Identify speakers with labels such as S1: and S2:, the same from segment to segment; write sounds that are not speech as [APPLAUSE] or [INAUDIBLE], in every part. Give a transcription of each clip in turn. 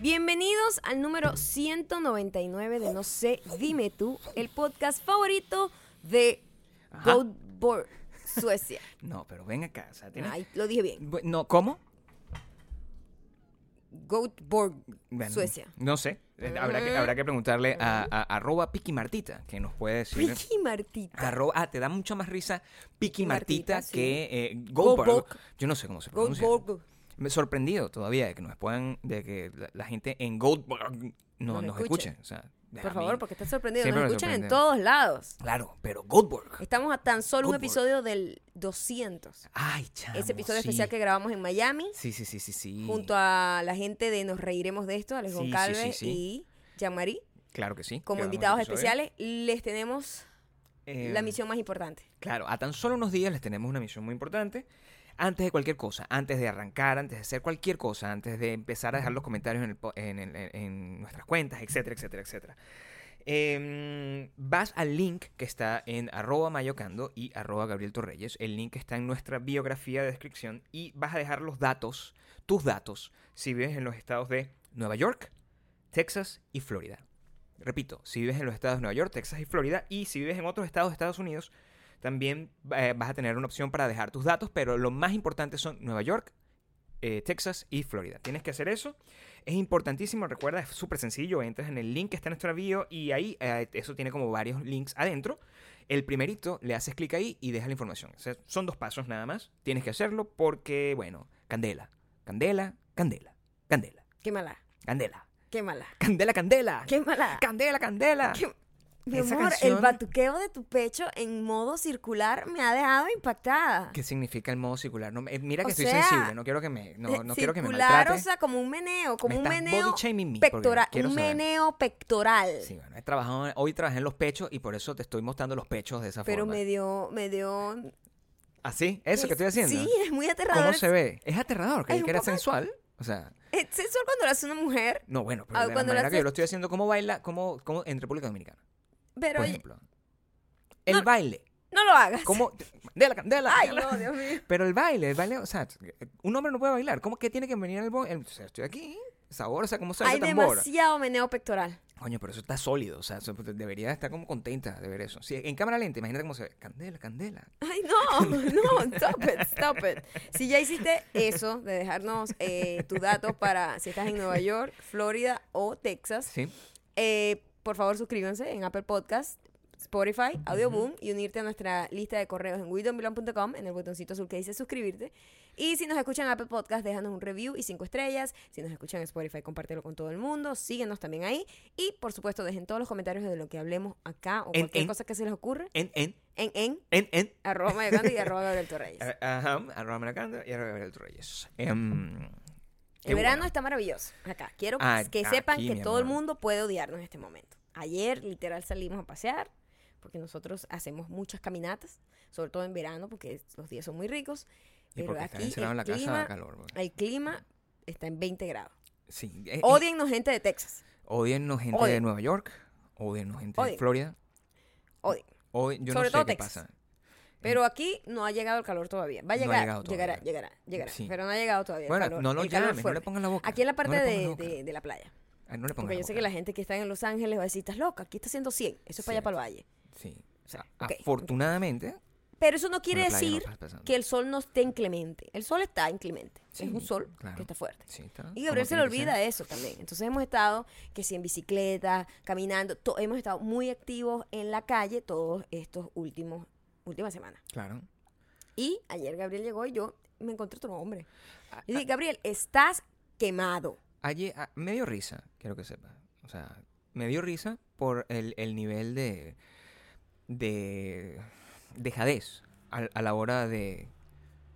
S1: Bienvenidos al número 199 de No sé, dime tú, el podcast favorito de
S2: Ajá.
S1: Goldborg,
S2: [LAUGHS]
S1: Suecia.
S2: No, pero ven acá. O sea, tienes-
S1: Ay, lo dije bien.
S2: Bu- No, ¿cómo?
S1: Goldborg,
S2: Bueno,
S1: Suecia.
S2: No sé. Eh, Habrá que, habrá que preguntarle a, a- arroba Piqui Martita, que nos puede decir.
S1: Ricky Martita.
S2: Arroba, ah, te da mucha más risa Piqui
S1: Martita,
S2: Martita,
S1: sí.
S2: que eh,
S1: Goldberg.
S2: Goldberg. Yo no sé cómo se pronuncia.
S1: Goldborg.
S2: Me he sorprendido todavía de que nos puedan, de que la, la gente en Goldberg no,
S1: Nos
S2: nos,
S1: escuche.
S2: escuche. O sea, a
S1: Por
S2: mí-
S1: favor, porque estás sorprendido.
S2: siempre
S1: Nos
S2: me
S1: escuchan en
S2: sorprende.
S1: todos lados.
S2: Claro, pero Goldberg.
S1: Estamos a tan solo un
S2: Goldborg.
S1: episodio del 200.
S2: Ay, chamo,
S1: Ese episodio
S2: Ah, sí.
S1: especial que grabamos en Miami.
S2: Sí, sí, sí, sí, sí.
S1: junto a la gente de Nos Reiremos de Esto, Alex
S2: Sí, sí,
S1: Goncalves
S2: sí, sí.
S1: y Yamari,
S2: Claro que sí.
S1: como
S2: grabamos el
S1: invitados
S2: episodio.
S1: especiales, les tenemos
S2: Eh,
S1: la misión más importante.
S2: Claro, a tan solo unos días les tenemos una misión muy importante. Antes de cualquier cosa, antes de arrancar, antes de hacer cualquier cosa, antes de empezar a dejar los comentarios en, el po- en el- en- en nuestras cuentas, etcétera, etcétera, etcétera. Em, vas al link que está en arroba mayocando y arroba Gabriel Torreyes. El link está en nuestra biografía de descripción y vas a dejar los datos, tus datos, si vives en los estados de Nueva York, Texas y Florida. Repito, si vives en los estados de Nueva York, Texas y Florida y si vives en otros estados de Estados Unidos, también eh, vas a tener una opción para dejar tus datos, pero lo más importante son Nueva York, eh, Texas y Florida. Tienes que hacer eso. Es importantísimo, recuerda, es súper sencillo. Entras en el link que está en nuestra bio y ahí eh, eso tiene como varios links adentro. El primerito, le haces clic ahí y dejas la información. O sea, son dos pasos nada más. Tienes que hacerlo porque, bueno, candela, candela, candela, candela,
S1: Qué mala,
S2: candela,
S1: qué mala,
S2: candela, candela,
S1: qué mala.
S2: candela, candela.
S1: Qué- Mi
S2: Esa
S1: amor, el
S2: canción-
S1: batuqueo de tu pecho en modo circular me ha dejado impactada.
S2: ¿Qué significa el modo circular? No, me- eh, mira que
S1: O
S2: estoy
S1: sea,
S2: sensible, no quiero que me, no, no quiero que me
S1: Eh, Circular,
S2: maltrate.
S1: o sea, como un meneo, como
S2: Me
S1: un
S2: estás
S1: meneo
S2: body shaming me, porque
S1: pectoral,
S2: quiero
S1: un
S2: saber.
S1: meneo pectoral.
S2: Sí, bueno, he trabajado, hoy trabajé en los pechos y por eso te estoy mostrando los pechos de esa
S1: Pero
S2: forma.
S1: me dio, me dio.
S2: ¿Así? ¿Eso que estoy haciendo?
S1: Sí, es muy aterrador.
S2: ¿Cómo se ve? Es aterrador,
S1: Ay,
S2: creí
S1: un
S2: que era
S1: poco-
S2: sensual. O sea,
S1: Es sensual cuando lo hace una mujer,
S2: no, bueno, pero
S1: Ah,
S2: de la
S1: cuando lo
S2: manera que
S1: haces-
S2: yo lo estoy haciendo, ¿cómo baila? ¿Cómo, cómo en República Dominicana?
S1: pero
S2: por
S1: oye,
S2: ejemplo. El baile.
S1: no lo hagas.
S2: ¿Cómo?
S1: [LAUGHS]
S2: De la, de la,
S1: Ay, no, Dios
S2: [LAUGHS]
S1: mío.
S2: Pero el baile, el baile, o sea, un hombre no puede bailar. ¿Cómo que tiene que venir el, bo- el- o sea, estoy aquí, sabor, o sea, ¿cómo sale
S1: Hay
S2: el tambor?
S1: demasiado meneo pectoral.
S2: Coño, pero eso está sólido, o sea, eso- pues, debería estar como contenta de ver eso. Sí, en cámara lenta, imagínate cómo se ve. Candela, candela.
S1: Ay, no, [LAUGHS] no, stop it, stop it. Si ya hiciste eso de dejarnos eh, tus datos para si estás en Nueva York, Florida o Texas,
S2: Sí.
S1: eh, por favor suscríbanse en Apple Podcast, Spotify, Audioboom y unirte a nuestra lista de correos en widombilon.com en el botoncito azul que dice suscribirte. Y si nos escuchan en Apple Podcast, déjanos un review y cinco estrellas. Si nos escuchan en Spotify, compártelo con todo el mundo. Síguenos también ahí. Y, por supuesto, dejen todos los comentarios de lo que hablemos acá o
S2: En-
S1: cualquier
S2: en-
S1: cosa que se les ocurra
S2: En, en,
S1: en, en
S2: en, en.
S1: Arroba Mayocando y arroba Gabriel Torreyes.
S2: A- Ajá, arroba Maracanda y arroba Gabriel Torreyes. Em, qué
S1: El verano
S2: bueno.
S1: está maravilloso. Acá. Quiero
S2: Ah,
S1: que sepan
S2: aquí,
S1: que
S2: mi
S1: todo el
S2: amor.
S1: mundo puede odiarnos en este momento. Ayer, literal, salimos a pasear porque nosotros hacemos muchas caminatas, sobre todo en verano porque es- los días son muy ricos.
S2: Y
S1: Pero
S2: porque están
S1: aquí
S2: encerrados en
S1: el,
S2: la casa
S1: clima,
S2: da calor. bueno.
S1: el clima está en 20 grados.
S2: Sí. eh, y-
S1: Odienos gente de Texas.
S2: Odienos gente de
S1: Odien.
S2: Nueva York. Odienos gente de
S1: Odien.
S2: Florida.
S1: Odien.
S2: Mm. Odien- yo
S1: Sobre
S2: no sé
S1: todo
S2: qué
S1: Texas.
S2: pasa.
S1: Pero aquí no ha llegado el calor todavía. Va a
S2: No ha
S1: llegar,
S2: llegado todavía.
S1: llegará, llegará, llegará.
S2: Sí.
S1: Pero no ha llegado todavía. el
S2: Bueno,
S1: calor-
S2: no lo
S1: el calor
S2: llames, no le
S1: fuerte.
S2: pongas la boca.
S1: Aquí en la
S2: No le
S1: parte
S2: pongas la
S1: de-
S2: boca.
S1: de- de la playa.
S2: Ah, no le pongas
S1: Porque yo sé que la gente que está en Los Ángeles va a decir, estás loca, aquí está haciendo 100. Eso es para allá
S2: Cierto.
S1: para el valle.
S2: boca. Sí. O sea,
S1: ok.
S2: afortunadamente.
S1: Pero eso no quiere
S2: la playa no
S1: decir
S2: estás pasando.
S1: que el sol no esté inclemente. El sol está inclemente.
S2: Sí,
S1: es un sol
S2: claro.
S1: que está fuerte.
S2: Sí, está.
S1: Y
S2: como
S1: Gabriel se le
S2: tiene que ser.
S1: olvida eso también. Entonces hemos estado, que si en bicicleta, caminando, to- hemos estado muy activos en la calle todos estos últimos, últimas semanas.
S2: Claro.
S1: Y ayer Gabriel llegó y yo me encontré otro hombre. Y dije,
S2: Ah.
S1: Gabriel, estás quemado.
S2: Allí ah, me dio risa, quiero que sepa. O sea, me dio risa por el, el nivel de. de. dejadez a, a la hora de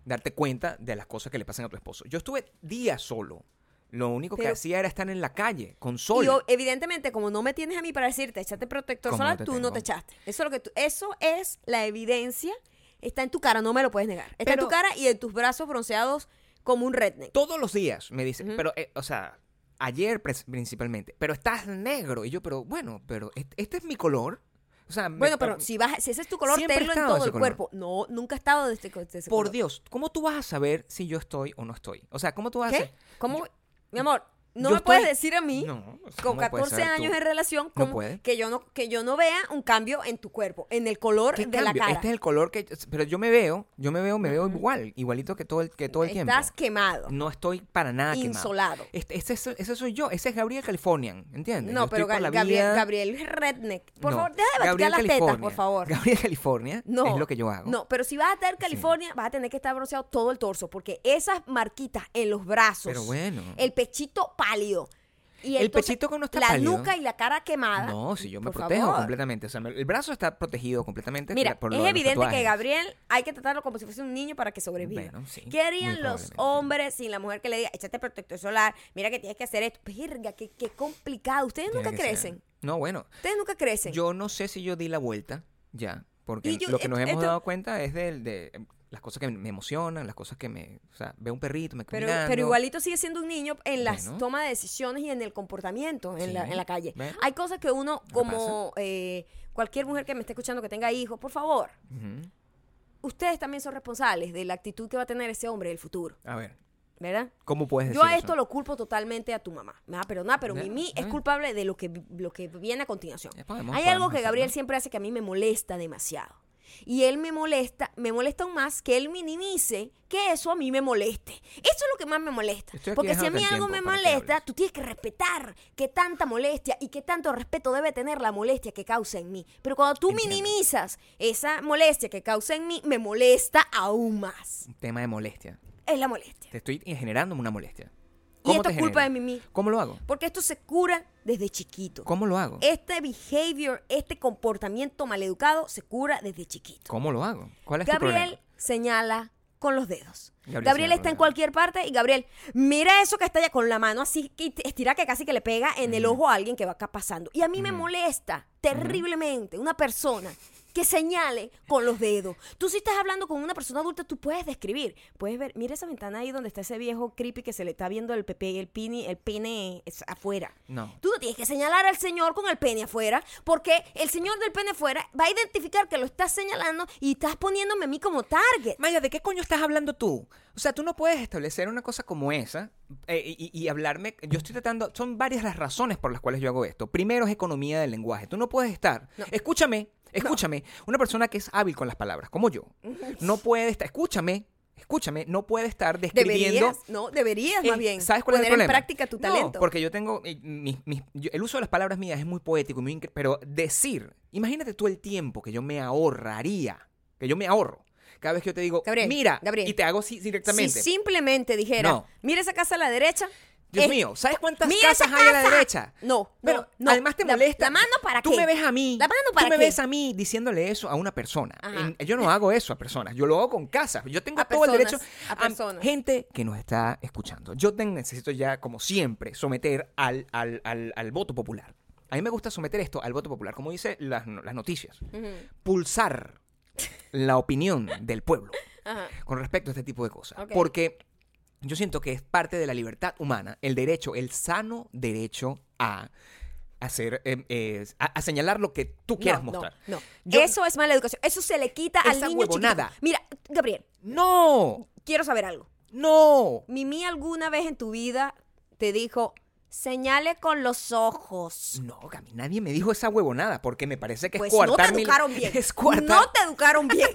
S2: darte cuenta de las cosas que le pasan a tu esposo. Yo estuve días solo. Lo único que
S1: Pero-
S2: hacía era estar en la calle, con
S1: Y
S2: sol.
S1: yo, evidentemente, como no me tienes a mí para decirte, échate protector
S2: Como
S1: solar,
S2: no te
S1: tú no
S2: tengo.
S1: te echaste. Eso es lo que tú- eso es la evidencia. Está en tu cara, no me lo puedes negar. Está en tu
S2: Pero-
S1: cara y en tus brazos bronceados como un redneck.
S2: Todos los días me dicen, pero, eh, o sea, ayer pres- principalmente, pero estás negro. Y yo, pero bueno, pero est- este, es mi color. O sea, me-
S1: Bueno, pero si vas, si ese es tu color,
S2: mm, Siempre he
S1: tenlo en
S2: estado de
S1: todo
S2: ese
S1: el
S2: color.
S1: cuerpo. No, nunca he estado de este, co- de ese
S2: Por
S1: color.
S2: Dios, ¿cómo tú vas a saber si yo estoy o no estoy? O sea, ¿cómo tú vas a
S1: ¿Qué?
S2: hacer?
S1: ¿Cómo? Mi amor, No
S2: Yo
S1: me puedes
S2: estoy-
S1: decir a mí,
S2: No, o sea,
S1: con
S2: ¿cómo puedes
S1: 14
S2: saber tú?
S1: años en relación, como
S2: puede.
S1: que yo no que yo no vea un cambio en tu cuerpo, en el color
S2: ¿Qué
S1: de la
S2: cambio?
S1: cara.
S2: Este es el color que. Pero yo me veo, yo me veo, me veo igual, igualito que todo el, que todo el tiempo.
S1: Estás quemado,
S2: No estoy para nada quemado.
S1: insolado.
S2: Este, ese, soy- ese soy yo, ese es Gabriel Californian, ¿entiendes? Yo
S1: No,
S2: estoy
S1: pero
S2: por
S1: Ga-
S2: la
S1: Gabriel,
S2: vida-
S1: Gabriel es redneck. Por
S2: No,
S1: favor, deja de batear
S2: Gabriel
S1: las tetas, por
S2: California.
S1: favor.
S2: Gabriel California
S1: No.
S2: es lo que yo hago.
S1: No, pero si vas a estar en California, vas a tener que estar bronceado todo el torso, porque esas marquitas en los brazos,
S2: Pero bueno.
S1: el pechito pálido. Y
S2: El
S1: entonces,
S2: pechito que no está
S1: La
S2: pálido.
S1: nuca y la cara quemada.
S2: No, si yo me
S1: Por
S2: protejo
S1: favor.
S2: completamente. O sea, me- el brazo está protegido completamente.
S1: Mira,
S2: por lo
S1: es
S2: de los
S1: evidente que
S2: tatuajes.
S1: Gabriel hay que tratarlo como si fuese un niño para que sobreviva.
S2: Bueno, sí,
S1: ¿Qué
S2: muy
S1: harían los
S2: probablemente.
S1: hombres sin la mujer que le diga, échate protector solar, mira que tienes que hacer esto? Verga, qué, qué complicado. Ustedes
S2: Tiene
S1: nunca
S2: que ser.
S1: crecen.
S2: No, bueno.
S1: Ustedes nunca crecen.
S2: Yo no sé si yo di la vuelta ya. Porque
S1: Y yo-
S2: lo que nos
S1: esto-
S2: hemos
S1: esto-
S2: dado cuenta es del- de, em, las cosas que me emocionan, las cosas que me. O sea, veo un perrito, me
S1: Pero,
S2: caminando.
S1: pero igualito sigue siendo un niño en las
S2: Bueno.
S1: toma de decisiones y en el comportamiento en, la,
S2: Sí.
S1: en la calle.
S2: Bueno.
S1: Hay cosas que uno, como
S2: pasa?
S1: eh, cualquier mujer que me esté escuchando que tenga hijos, por favor,
S2: Ujú.
S1: ustedes también son responsables de la actitud que va a tener ese hombre en el futuro,
S2: A ver,
S1: ¿verdad?
S2: ¿cómo puedes
S1: Yo
S2: decir
S1: a
S2: eso?
S1: esto lo culpo totalmente a tu mamá. Me va a perdonar, pero
S2: Bueno,
S1: Mimi es
S2: bueno.
S1: culpable de lo que, lo que viene a continuación.
S2: Eh, podemos-
S1: Hay
S2: podemos
S1: algo que
S2: hacerlo.
S1: Gabriel siempre hace que a mí me molesta demasiado. Y él me molesta, me molesta aún más que él minimice que eso a mí me moleste. Eso es lo que más me molesta.
S2: Estoy aquí
S1: Porque si a mí
S2: dejándote
S1: algo
S2: tiempo
S1: me
S2: para que
S1: molesta,
S2: hables.
S1: tú tienes que respetar que tanta molestia y que tanto respeto debe tener la molestia que causa en mí. Pero cuando tú
S2: Entiendo.
S1: minimizas esa molestia que causa en mí, me molesta aún más.
S2: Un tema de molestia.
S1: Es la molestia.
S2: Te estoy generando una molestia.
S1: Y esto
S2: te
S1: es culpa
S2: genero?
S1: de Mimi.
S2: ¿Cómo lo hago?
S1: Porque esto se cura desde chiquito.
S2: ¿Cómo lo hago?
S1: Este behavior, este comportamiento maleducado se cura desde chiquito.
S2: ¿Cómo lo hago? ¿Cuál es tu
S1: Gabriel
S2: problema?
S1: señala con los dedos. Gabriel,
S2: Gabriel
S1: está
S2: señala con
S1: en
S2: los dedos.
S1: cualquier parte y Gabriel, mira eso que está allá con la mano así que te- estira que casi que le pega en el ojo a alguien que va acá pasando. Y a mí me molesta terriblemente una persona que señale con los dedos. Tú si estás hablando con una persona adulta, tú puedes describir, puedes ver, mira esa ventana ahí donde está ese viejo creepy que se le está viendo el pepe, el pini, el pene es afuera.
S2: No.
S1: Tú no tienes que señalar al señor con el pene afuera, porque el señor del pene afuera va a identificar que lo estás señalando y estás poniéndome a mí como target.
S2: Maya, ¿de qué coño estás hablando tú? O sea, tú no puedes establecer una cosa como esa eh, y, y- y hablarme. Yo estoy tratando. Son varias las razones por las cuales yo hago esto. Primero es economía del lenguaje. Tú no puedes estar. Escúchame, escúchame. Una persona que es hábil con las palabras, como yo, no puede estar. Escúchame, escúchame, no puede estar describiendo.
S1: Deberías, no, deberías
S2: Eh,
S1: más bien.
S2: ¿Sabes cuál es el
S1: poner
S2: problema?
S1: en práctica tu
S2: No,
S1: talento.
S2: porque yo tengo. eh, mis- mis- yo- el uso de las palabras mías es muy poético, y muy incre- pero decir. Imagínate tú el tiempo que yo me ahorraría. Que yo me ahorro. Cada vez que yo te digo,
S1: Gabriel,
S2: mira,
S1: Gabriel.
S2: y te hago así directamente.
S1: si simplemente dijera,
S2: No.
S1: mira esa casa a la derecha.
S2: Dios
S1: es-
S2: mío, ¿sabes cuántas
S1: ¡Mira esa
S2: casas hay a la
S1: casa!
S2: derecha?
S1: No,
S2: Pero
S1: no, no.
S2: además te
S1: La-
S2: molesta.
S1: la mano para
S2: Tú
S1: qué?
S2: me ves a mí.
S1: La mano para
S2: Tú me
S1: qué?
S2: ves a mí diciéndole eso a una persona.
S1: Ajá.
S2: En- yo no hago eso a personas. Yo lo hago con casas. Yo tengo
S1: A
S2: todo el
S1: personas,
S2: derecho
S1: a personas.
S2: gente que nos está escuchando. Yo te necesito ya, como siempre, someter al, al, al, al voto popular. A mí me gusta someter esto al voto popular, como dice las, no- las noticias. Pulsar la opinión del pueblo
S1: Ajá.
S2: con respecto a este tipo de cosas.
S1: Ok.
S2: Porque yo siento que es parte de la libertad humana, el derecho, el sano derecho a hacer, eh, eh, a, a señalar lo que tú quieras
S1: no,
S2: mostrar.
S1: No, no.
S2: Yo-
S1: eso es mala educación. Eso se le quita al
S2: Esa
S1: niño chiquito.
S2: huevonada.
S1: Mira, Gabriel,
S2: No,
S1: quiero saber algo.
S2: no.
S1: Mimi alguna vez en tu vida te dijo, señale con los ojos.
S2: No, a mí nadie me dijo esa huevonada porque me parece que
S1: Pues
S2: es
S1: no te
S2: coartar mi
S1: educaron bien.
S2: [LAUGHS] es coartar-
S1: No te educaron
S2: [LAUGHS]
S1: bien.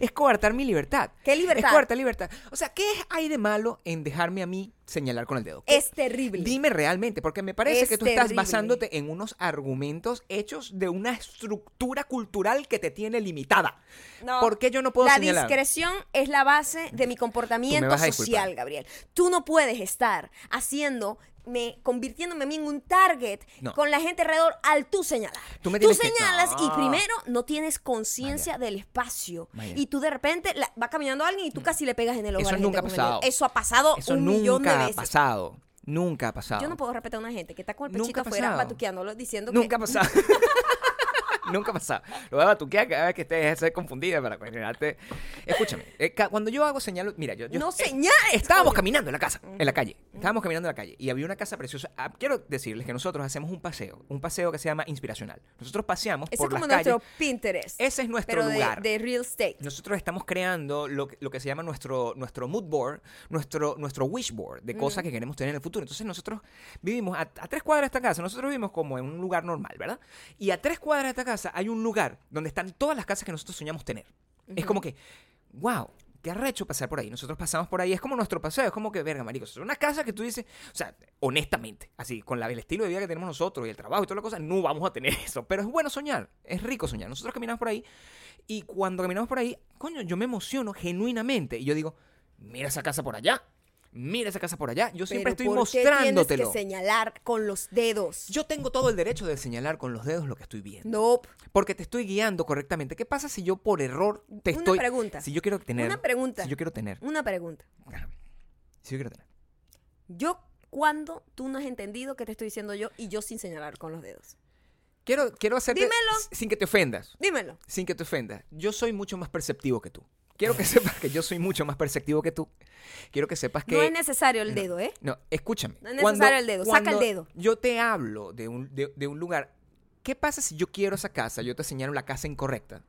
S2: es coartar mi libertad.
S1: ¿Qué libertad?
S2: Es coartar libertad. O sea, ¿qué hay de malo en dejarme a mí señalar con el dedo? ¿Qué-
S1: es terrible.
S2: Dime realmente, porque me parece
S1: Es
S2: que tú estás
S1: terrible.
S2: basándote en unos argumentos hechos de una estructura cultural que te tiene limitada.
S1: No.
S2: ¿Por qué yo no puedo
S1: La
S2: señalar?
S1: discreción es la base de mi
S2: Tú me
S1: comportamiento
S2: vas a disculpar.
S1: social, Gabriel. Tú no puedes estar haciendo me convirtiéndome a mí en un target
S2: No.
S1: con la gente alrededor al tú señalar.
S2: Tú me tienes que-
S1: señalas y
S2: No.
S1: primero no tienes conciencia del espacio
S2: Maya. Mm.
S1: y tú de repente la- va caminando alguien y tú casi le pegas en el ojo. a
S2: Eso
S1: la gente
S2: nunca ha
S1: con el dedo.
S2: pasado.
S1: Eso ha pasado
S2: Eso
S1: un millón de
S2: nunca ha
S1: veces.
S2: pasado. Nunca ha pasado.
S1: Yo no puedo respetar a una gente que está con el
S2: Nunca
S1: pechito
S2: ha
S1: afuera
S2: pasado. [LAUGHS]
S1: batuqueándolo diciendo
S2: Nunca ha
S1: que
S2: pasado. Nunca ha pasado. Lo voy a batuquear cada vez que estés ser confundida para generarte. Escúchame, eh, ca- cuando yo hago señal, mira, yo. yo-
S1: no
S2: eh,
S1: señales.
S2: Estábamos
S1: coño.
S2: caminando en la casa, en la calle. Estábamos caminando en la calle y había una casa preciosa. Ah, quiero decirles que nosotros hacemos un paseo, un paseo que se llama inspiracional. Nosotros paseamos
S1: Ese es
S2: por
S1: como
S2: las
S1: nuestro
S2: calles.
S1: Pinterest.
S2: Ese es nuestro
S1: pero de-
S2: lugar.
S1: De, real estate.
S2: Nosotros estamos creando lo, que- lo que se llama nuestro, nuestro mood board, nuestro, nuestro wish board de cosas que queremos tener en el futuro. Entonces nosotros vivimos a, a tres cuadras de esta casa, nosotros vivimos como en un lugar normal, ¿verdad? Y a tres cuadras de esta casa hay un lugar donde están todas las casas que nosotros soñamos tener. Es como que, wow. Qué arrecho pasar por ahí. Nosotros pasamos por ahí. Es como nuestro paseo. Es como que, verga, marico. Es una casa que tú dices, o sea, honestamente, así, con la, el estilo de vida que tenemos nosotros y el trabajo y toda la cosa, no vamos a tener [LAUGHS] eso. Pero es bueno soñar. Es rico soñar. Nosotros caminamos por ahí y cuando caminamos por ahí, coño, yo me emociono genuinamente. Y yo digo, mira esa casa por allá. Mira esa casa por allá. Yo
S1: Pero
S2: siempre estoy
S1: ¿por qué
S2: mostrándotelo.
S1: Tienes que señalar con los dedos.
S2: Yo tengo todo el derecho de señalar con los dedos lo que estoy viendo.
S1: Nope.
S2: Porque te estoy guiando correctamente. ¿Qué pasa si yo por error te
S1: Una
S2: estoy.
S1: pregunta.
S2: Si yo quiero tener.
S1: Una pregunta.
S2: Si yo quiero tener.
S1: Una pregunta.
S2: Déjame. Si yo quiero tener.
S1: Yo, ¿cuándo tú no has entendido qué te estoy diciendo yo y yo sin señalar con los dedos?
S2: Quiero, quiero hacerte.
S1: Dímelo.
S2: s- Sin que te ofendas.
S1: Dímelo.
S2: Sin que te ofendas. Yo soy mucho más perceptivo que tú. Quiero que sepas que yo soy mucho más perceptivo que tú. Quiero que sepas que.
S1: No es necesario el dedo, ¿eh?
S2: No, escúchame.
S1: No es necesario el dedo, saca el dedo.
S2: Yo te hablo de un, de, de un lugar. ¿Qué pasa si yo quiero esa casa? Yo te señalo la casa incorrecta.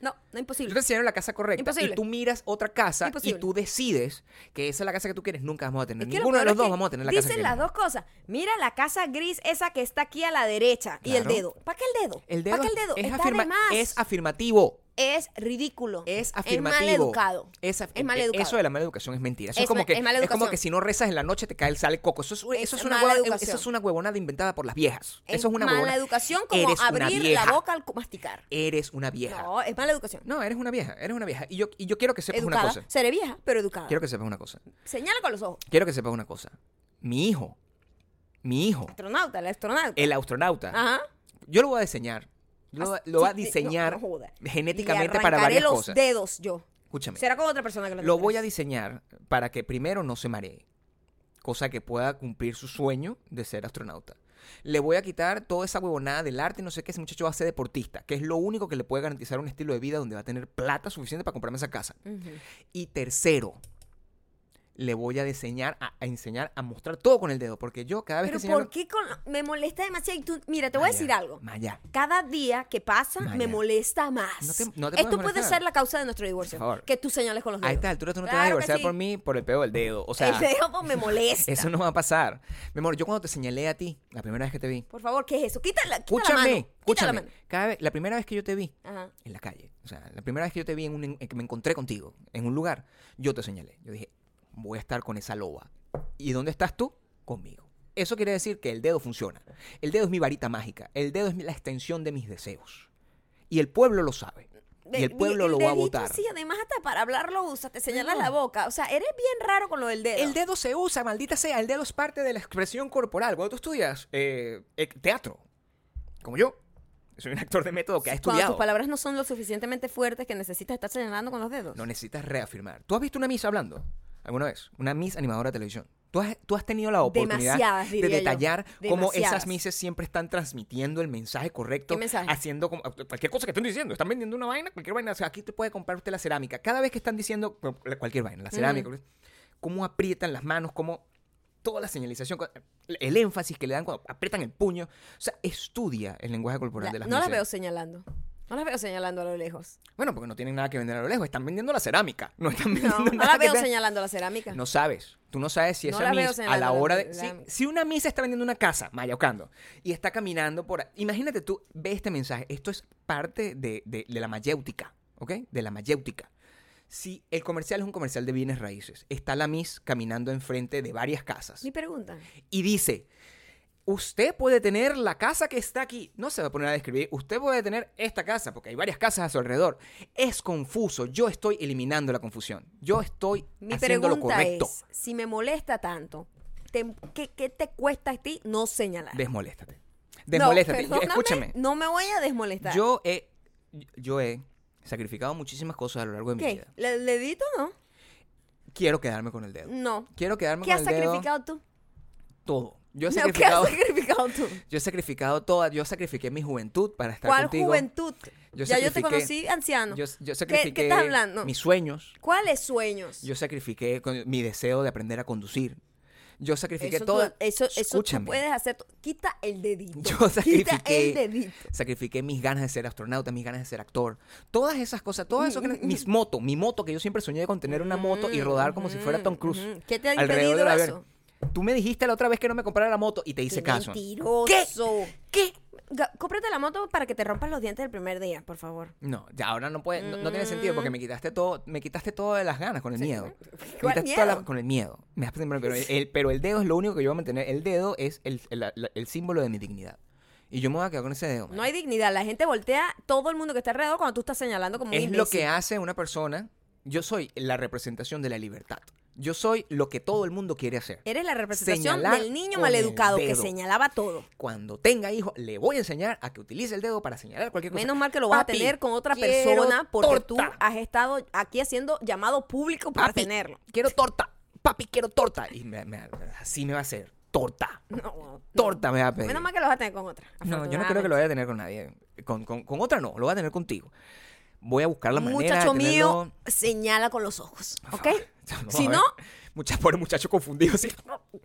S1: No, no es imposible.
S2: Yo te señalo la casa correcta.
S1: Imposible.
S2: Y tú miras otra casa
S1: Imposible.
S2: y tú decides que esa es la casa que tú quieres. Nunca vamos a tener.
S1: Es que lo
S2: Ninguno
S1: peor
S2: de los
S1: es
S2: dos
S1: que
S2: vamos a tener la
S1: Dicen
S2: casa que
S1: las
S2: queremos.
S1: dos cosas. Mira la casa gris esa que está aquí a la derecha. Y el
S2: Claro.
S1: dedo. ¿Para qué el dedo?
S2: El dedo,
S1: ¿Para qué el dedo?
S2: Es,
S1: está
S2: afirma-
S1: de más.
S2: es afirmativo.
S1: Es ridículo.
S2: Es afirmativo.
S1: Es mal educado.
S2: Es, af-
S1: mal
S2: eh,
S1: educado.
S2: Eso de la mala educación es mentira. Eso es,
S1: Es
S2: como
S1: ma-
S2: que,
S1: es mala
S2: es como
S1: educación.
S2: que si no rezas en la noche te cae el sale coco. Eso es, eso
S1: Es
S2: es una
S1: mala
S2: hueva-
S1: educación.
S2: eso es una huevonada inventada por las viejas.
S1: Es
S2: eso es una
S1: mala
S2: huevonada.
S1: educación como
S2: Eres una
S1: abrir
S2: vieja.
S1: la boca al cu- masticar.
S2: Eres una vieja.
S1: No, es mala educación.
S2: No, eres una vieja, eres una vieja. Y yo, y yo quiero que sepas
S1: educada.
S2: una cosa.
S1: Seré vieja, pero educada.
S2: Quiero que sepas una cosa.
S1: Señala con los ojos.
S2: Quiero que sepas una cosa. Mi hijo, mi hijo,
S1: Astronauta, la astronauta.
S2: el astronauta,
S1: Ajá.
S2: yo lo voy a diseñar. Yo lo,
S1: As-
S2: lo voy a
S1: Ah. sí, sí,
S2: diseñar
S1: no, no joda.
S2: genéticamente
S1: Le
S2: para
S1: arrancaré
S2: varias
S1: los
S2: cosas.
S1: dedos yo.
S2: Escúchame.
S1: Será con otra persona que lo
S2: Lo
S1: tendrás.
S2: voy a diseñar para que primero no se maree. Cosa que pueda cumplir su sueño de ser astronauta. Le voy a quitar toda esa huevonada del arte, no sé qué, ese muchacho va a ser deportista, que es lo único que le puede garantizar un estilo de vida donde va a tener plata suficiente para comprarme esa casa.
S1: Ujú.
S2: Y tercero, le voy a diseñar, a, a enseñar, a mostrar todo con el dedo. Porque yo cada vez
S1: Pero
S2: que
S1: ¿por qué con... me molesta demasiado? Y tú, mira, te voy a decir algo.
S2: Maya,
S1: Cada día que pasa me
S2: Maya.
S1: molesta más.
S2: No te- no te
S1: Esto
S2: puedes
S1: puede
S2: molestar.
S1: ser la causa de nuestro divorcio.
S2: Por favor.
S1: Que tú señales con los dedos.
S2: a esta altura tú no te
S1: Claro
S2: vas a
S1: que
S2: divorciar
S1: sí.
S2: por mí por el pedo del dedo.
S1: [LAUGHS]
S2: O sea,
S1: El dedo pues, me molesta.
S2: eso no va a pasar. Mi amor, yo cuando te señalé a ti, la primera vez que te vi,
S1: Por favor, ¿qué es eso? Quítala, quita la mano.
S2: escúchame,
S1: Quita la
S2: escúchame.
S1: mano.
S2: Cada vez, la primera vez que yo te vi
S1: Ajá.
S2: en la calle, o sea, la primera vez que yo te vi en un, en que me encontré contigo en un lugar, yo te señalé. Yo dije, voy a estar con esa loba. ¿Y dónde estás tú? Conmigo. Eso quiere decir que el dedo funciona. El dedo es mi varita mágica. El dedo es mi- la extensión de mis deseos. Y el pueblo lo sabe.
S1: Ve-
S2: y el
S1: ve-
S2: pueblo lo va a
S1: dedito
S2: votar.
S1: así, además hasta para hablar lo usas, te señalas la boca. O sea, eres bien raro con lo del dedo.
S2: El dedo se usa, maldita sea. El dedo es parte de la expresión corporal. Cuando tú estudias eh, eh, teatro, como yo, soy un actor de método que ha
S1: Cuando
S2: estudiado.
S1: tus palabras no son lo suficientemente fuertes que necesitas estar señalando con los dedos.
S2: No necesitas reafirmar. ¿Tú has visto una Miss hablando alguna vez? Una Miss animadora de televisión. ¿Tú has, tú has tenido la oportunidad
S1: Demasiadas,
S2: de
S1: diría yo.
S2: detallar cómo
S1: Demasiadas.
S2: esas Misses siempre están transmitiendo el mensaje correcto.
S1: ¿Qué mensaje?
S2: Haciendo como- cualquier cosa que estén diciendo. Están vendiendo una vaina, cualquier vaina. O sea, aquí te puede comprar usted la cerámica. Cada vez que están diciendo cu- cualquier vaina, la cerámica, cómo aprietan las manos, cómo toda la señalización, el énfasis que le dan cuando aprietan el puño. O sea, estudia el lenguaje corporal
S1: La-
S2: de las
S1: no las
S2: misses.
S1: veo señalando. No las veo señalando a lo lejos.
S2: Bueno, porque no tienen nada que vender a lo lejos. Están vendiendo la cerámica. [LAUGHS] No están
S1: No,
S2: vendiendo
S1: no
S2: nada
S1: las
S2: que
S1: veo
S2: sea-
S1: señalando la cerámica.
S2: No sabes. Tú no sabes si
S1: No
S2: esa
S1: la veo
S2: misa a
S1: señalando la-
S2: la hora de.
S1: la-
S2: Si, si una misa está vendiendo una casa, mayocando, y está caminando por. ahí- Imagínate tú, ve este mensaje. Esto es parte de, de- de la mayéutica, ¿ok? De la mayéutica. Si el comercial es un comercial de bienes raíces, está la Miss caminando enfrente de varias casas
S1: Mi pregunta.
S2: y dice, usted puede tener la casa que está aquí. No se va a poner a describir, usted puede tener esta casa, porque hay varias casas a su alrededor. Es confuso, yo estoy eliminando la confusión. Yo estoy
S1: Mi
S2: haciendo lo
S1: pregunta
S2: correcto.
S1: es, si me molesta tanto, te- ¿qué, qué te cuesta a ti no señalar?
S2: Desmoléstate.
S1: No,
S2: Desmoléstate. Yo-
S1: perdóname,
S2: Escúchame.
S1: No me voy a desmolestar.
S2: Yo he, yo he sacrificado muchísimas cosas a lo largo de mi
S1: ¿Qué?
S2: vida.
S1: ¿Le, le edito no?
S2: Quiero quedarme con el dedo.
S1: No.
S2: Quiero quedarme
S1: ¿Qué
S2: con
S1: has
S2: el dedo.
S1: sacrificado tú?
S2: Todo. Yo he
S1: No, ¿qué has
S2: sacrificado,
S1: sacrificado tú?
S2: [LAUGHS] yo he sacrificado toda, yo sacrifiqué mi juventud para estar
S1: ¿Cuál
S2: contigo.
S1: juventud?
S2: Yo
S1: ya yo te
S2: sacrifiqué-
S1: conocí anciano.
S2: Yo, yo
S1: ¿Qué,
S2: sacrifiqué
S1: qué estás hablando?
S2: mis sueños,
S1: ¿Cuáles sueños?
S2: yo sacrifiqué con- mi deseo de aprender a conducir. Yo sacrifiqué
S1: eso,
S2: toda
S1: tú, eso, eso tú
S2: Escúchame.
S1: puedes hacer. tú- Quita el dedito.
S2: [LAUGHS] Yo
S1: Quita
S2: sacrifiqué-
S1: el dedito.
S2: Sacrifiqué mis ganas de ser astronauta, mis ganas de ser actor. Todas esas cosas, todas esas ganas-
S1: Mm,
S2: mis motos, mi moto, que yo siempre soñé con tener una moto y rodar como si fuera Tom Cruise.
S1: Ujú, ujú. Mm, ¿Qué te ha
S2: alrededor
S1: impedido
S2: del avión.
S1: eso?
S2: Tú me dijiste la otra vez que no me comprara la moto y te hice
S1: Qué
S2: caso.
S1: Mentiroso. ¿Qué? Ga- Cómprate la moto para que te rompas los dientes el primer día, por favor.
S2: No, ya ahora no puede, no, no tiene sentido porque me quitaste todo, me quitaste todas las ganas con el miedo.
S1: Mm. [LAUGHS] ¿Cuál
S2: Me quitaste todas las-
S1: miedo?
S2: con el miedo. Me has- pero,
S1: [LAUGHS]
S2: el, pero el dedo es lo único que yo voy a mantener. El dedo es el, el- la- la- el símbolo de mi dignidad. Y yo me voy a quedar con ese dedo.
S1: No
S2: man.
S1: hay dignidad. La gente voltea todo el mundo que está alrededor cuando tú estás señalando como un
S2: es lo que
S1: imbécil.
S2: hace una persona. Yo soy la representación de la libertad. Yo soy lo que todo el mundo quiere hacer.
S1: Eres la representación
S2: Señalar
S1: del niño
S2: con el
S1: maleducado que
S2: dedo.
S1: señalaba todo.
S2: Cuando tenga hijos, le voy a enseñar a que utilice el dedo para señalar cualquier cosa.
S1: Menos mal que lo vas a
S2: Papi,
S1: tener con otra
S2: quiero
S1: persona porque tú
S2: torta.
S1: has estado aquí haciendo llamado público para
S2: Papi,
S1: tenerlo.
S2: Quiero torta. Papi, quiero torta. Y me- me- así me va a hacer. Torta.
S1: No,
S2: Torta me va a pedir.
S1: menos mal que lo vas a tener con otra.
S2: No, yo no creo que
S1: afortunadamente.
S2: lo vaya a tener con nadie. Con, con- con otra no, lo voy a tener contigo. Voy a buscar la manera
S1: Muchacho
S2: de tenerlo-
S1: mío, señala con los ojos,
S2: Por
S1: ¿ok?
S2: favor, [LAUGHS] vamos
S1: Si
S2: a
S1: no,
S2: ver. Mucha, pobre muchacho confundido así. [LAUGHS]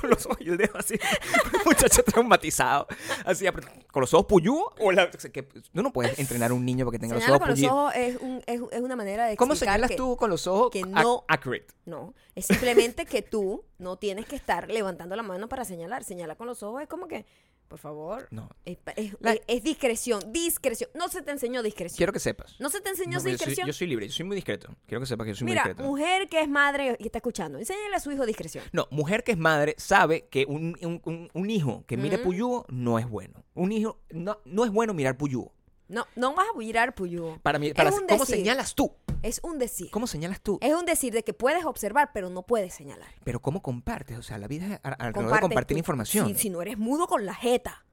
S2: con los ojos y el dedo así. [LAUGHS] muchacho traumatizado. Así, apre- con los ojos puyú. O la- o sea, que tú no puedes entrenar a un niño para que tenga los
S1: señala
S2: ojos
S1: con los
S2: puyú.
S1: ojos es, un- es, es una manera de
S2: ¿Cómo
S1: explicar
S2: señalas
S1: que-
S2: tú con los ojos
S1: que
S2: ac-
S1: no-
S2: accurate?
S1: No, es simplemente que tú no tienes que estar levantando la mano para señalar. Señala con los ojos es como que, por favor,
S2: No.
S1: es, pa- es-
S2: La-
S1: es- es discreción, discreción. No se te enseñó discreción.
S2: Quiero que sepas.
S1: No se te enseñó
S2: No, yo, soy,
S1: discreción.
S2: yo soy libre, yo soy muy discreto. Quiero que sepas que yo soy
S1: Mira,
S2: muy discreto.
S1: mujer que es madre y está escuchando, enséñale a su hijo discreción.
S2: No, mujer que es madre sabe que un, un- un- un hijo que mire puyúo no es bueno. Un hijo no, no es bueno mirar puyúo.
S1: No, no vas a mirar puyú.
S2: Para mí,
S1: Es
S2: para,
S1: un
S2: ¿Cómo
S1: decir.
S2: señalas tú?
S1: Es un decir.
S2: ¿Cómo señalas tú?
S1: Es un decir de que puedes observar, pero no puedes señalar.
S2: Pero ¿cómo compartes? O sea, la vida es a- alrededor de
S1: Compartes
S2: compartir
S1: tú.
S2: información.
S1: Si, si no eres mudo con la jeta.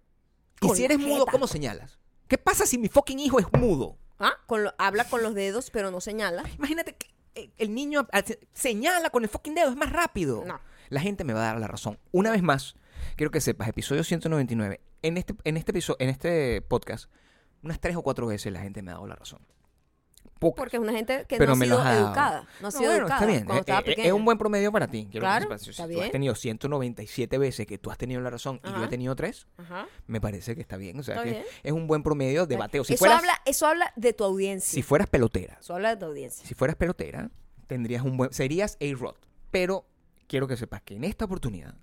S2: y
S1: con
S2: si
S1: la
S2: eres mudo,
S1: jeta.
S2: ¿cómo señalas? ¿Qué pasa si mi fucking hijo es mudo?
S1: Ah, con lo- habla con los dedos, pero no señala.
S2: Imagínate que eh, el niño ah, se- señala con el fucking dedo, es más rápido.
S1: No.
S2: La gente me va a dar la razón. Una vez más, quiero que sepas, episodio 199. En este, en este episodio, en este podcast, unas tres o cuatro veces la gente me ha dado la razón. Pocas.
S1: Porque es una gente que
S2: pero
S1: no
S2: me
S1: ha
S2: los
S1: sido
S2: ha dado.
S1: educada. No ha sido
S2: bueno,
S1: educada.
S2: está bien.
S1: Cuando
S2: Eh,
S1: estaba
S2: eh, eh,
S1: pequeña.
S2: es un buen promedio para ti. Quiero que
S1: Claro,
S2: sepas, si-
S1: está
S2: si Tú
S1: bien.
S2: has tenido 197 veces que tú has tenido la razón y yo he
S1: Ajá.
S2: tenido tres.
S1: Ajá.
S2: Me parece que está bien. O sea,
S1: Está
S2: que
S1: bien.
S2: es un buen promedio de bateo. Si
S1: eso,
S2: fueras,
S1: habla, eso habla de tu audiencia.
S2: si fueras pelotera,
S1: Eso habla de tu audiencia.
S2: si fueras pelotera, tendrías un buen. Serías A-Rod. Pero quiero que sepas que en esta oportunidad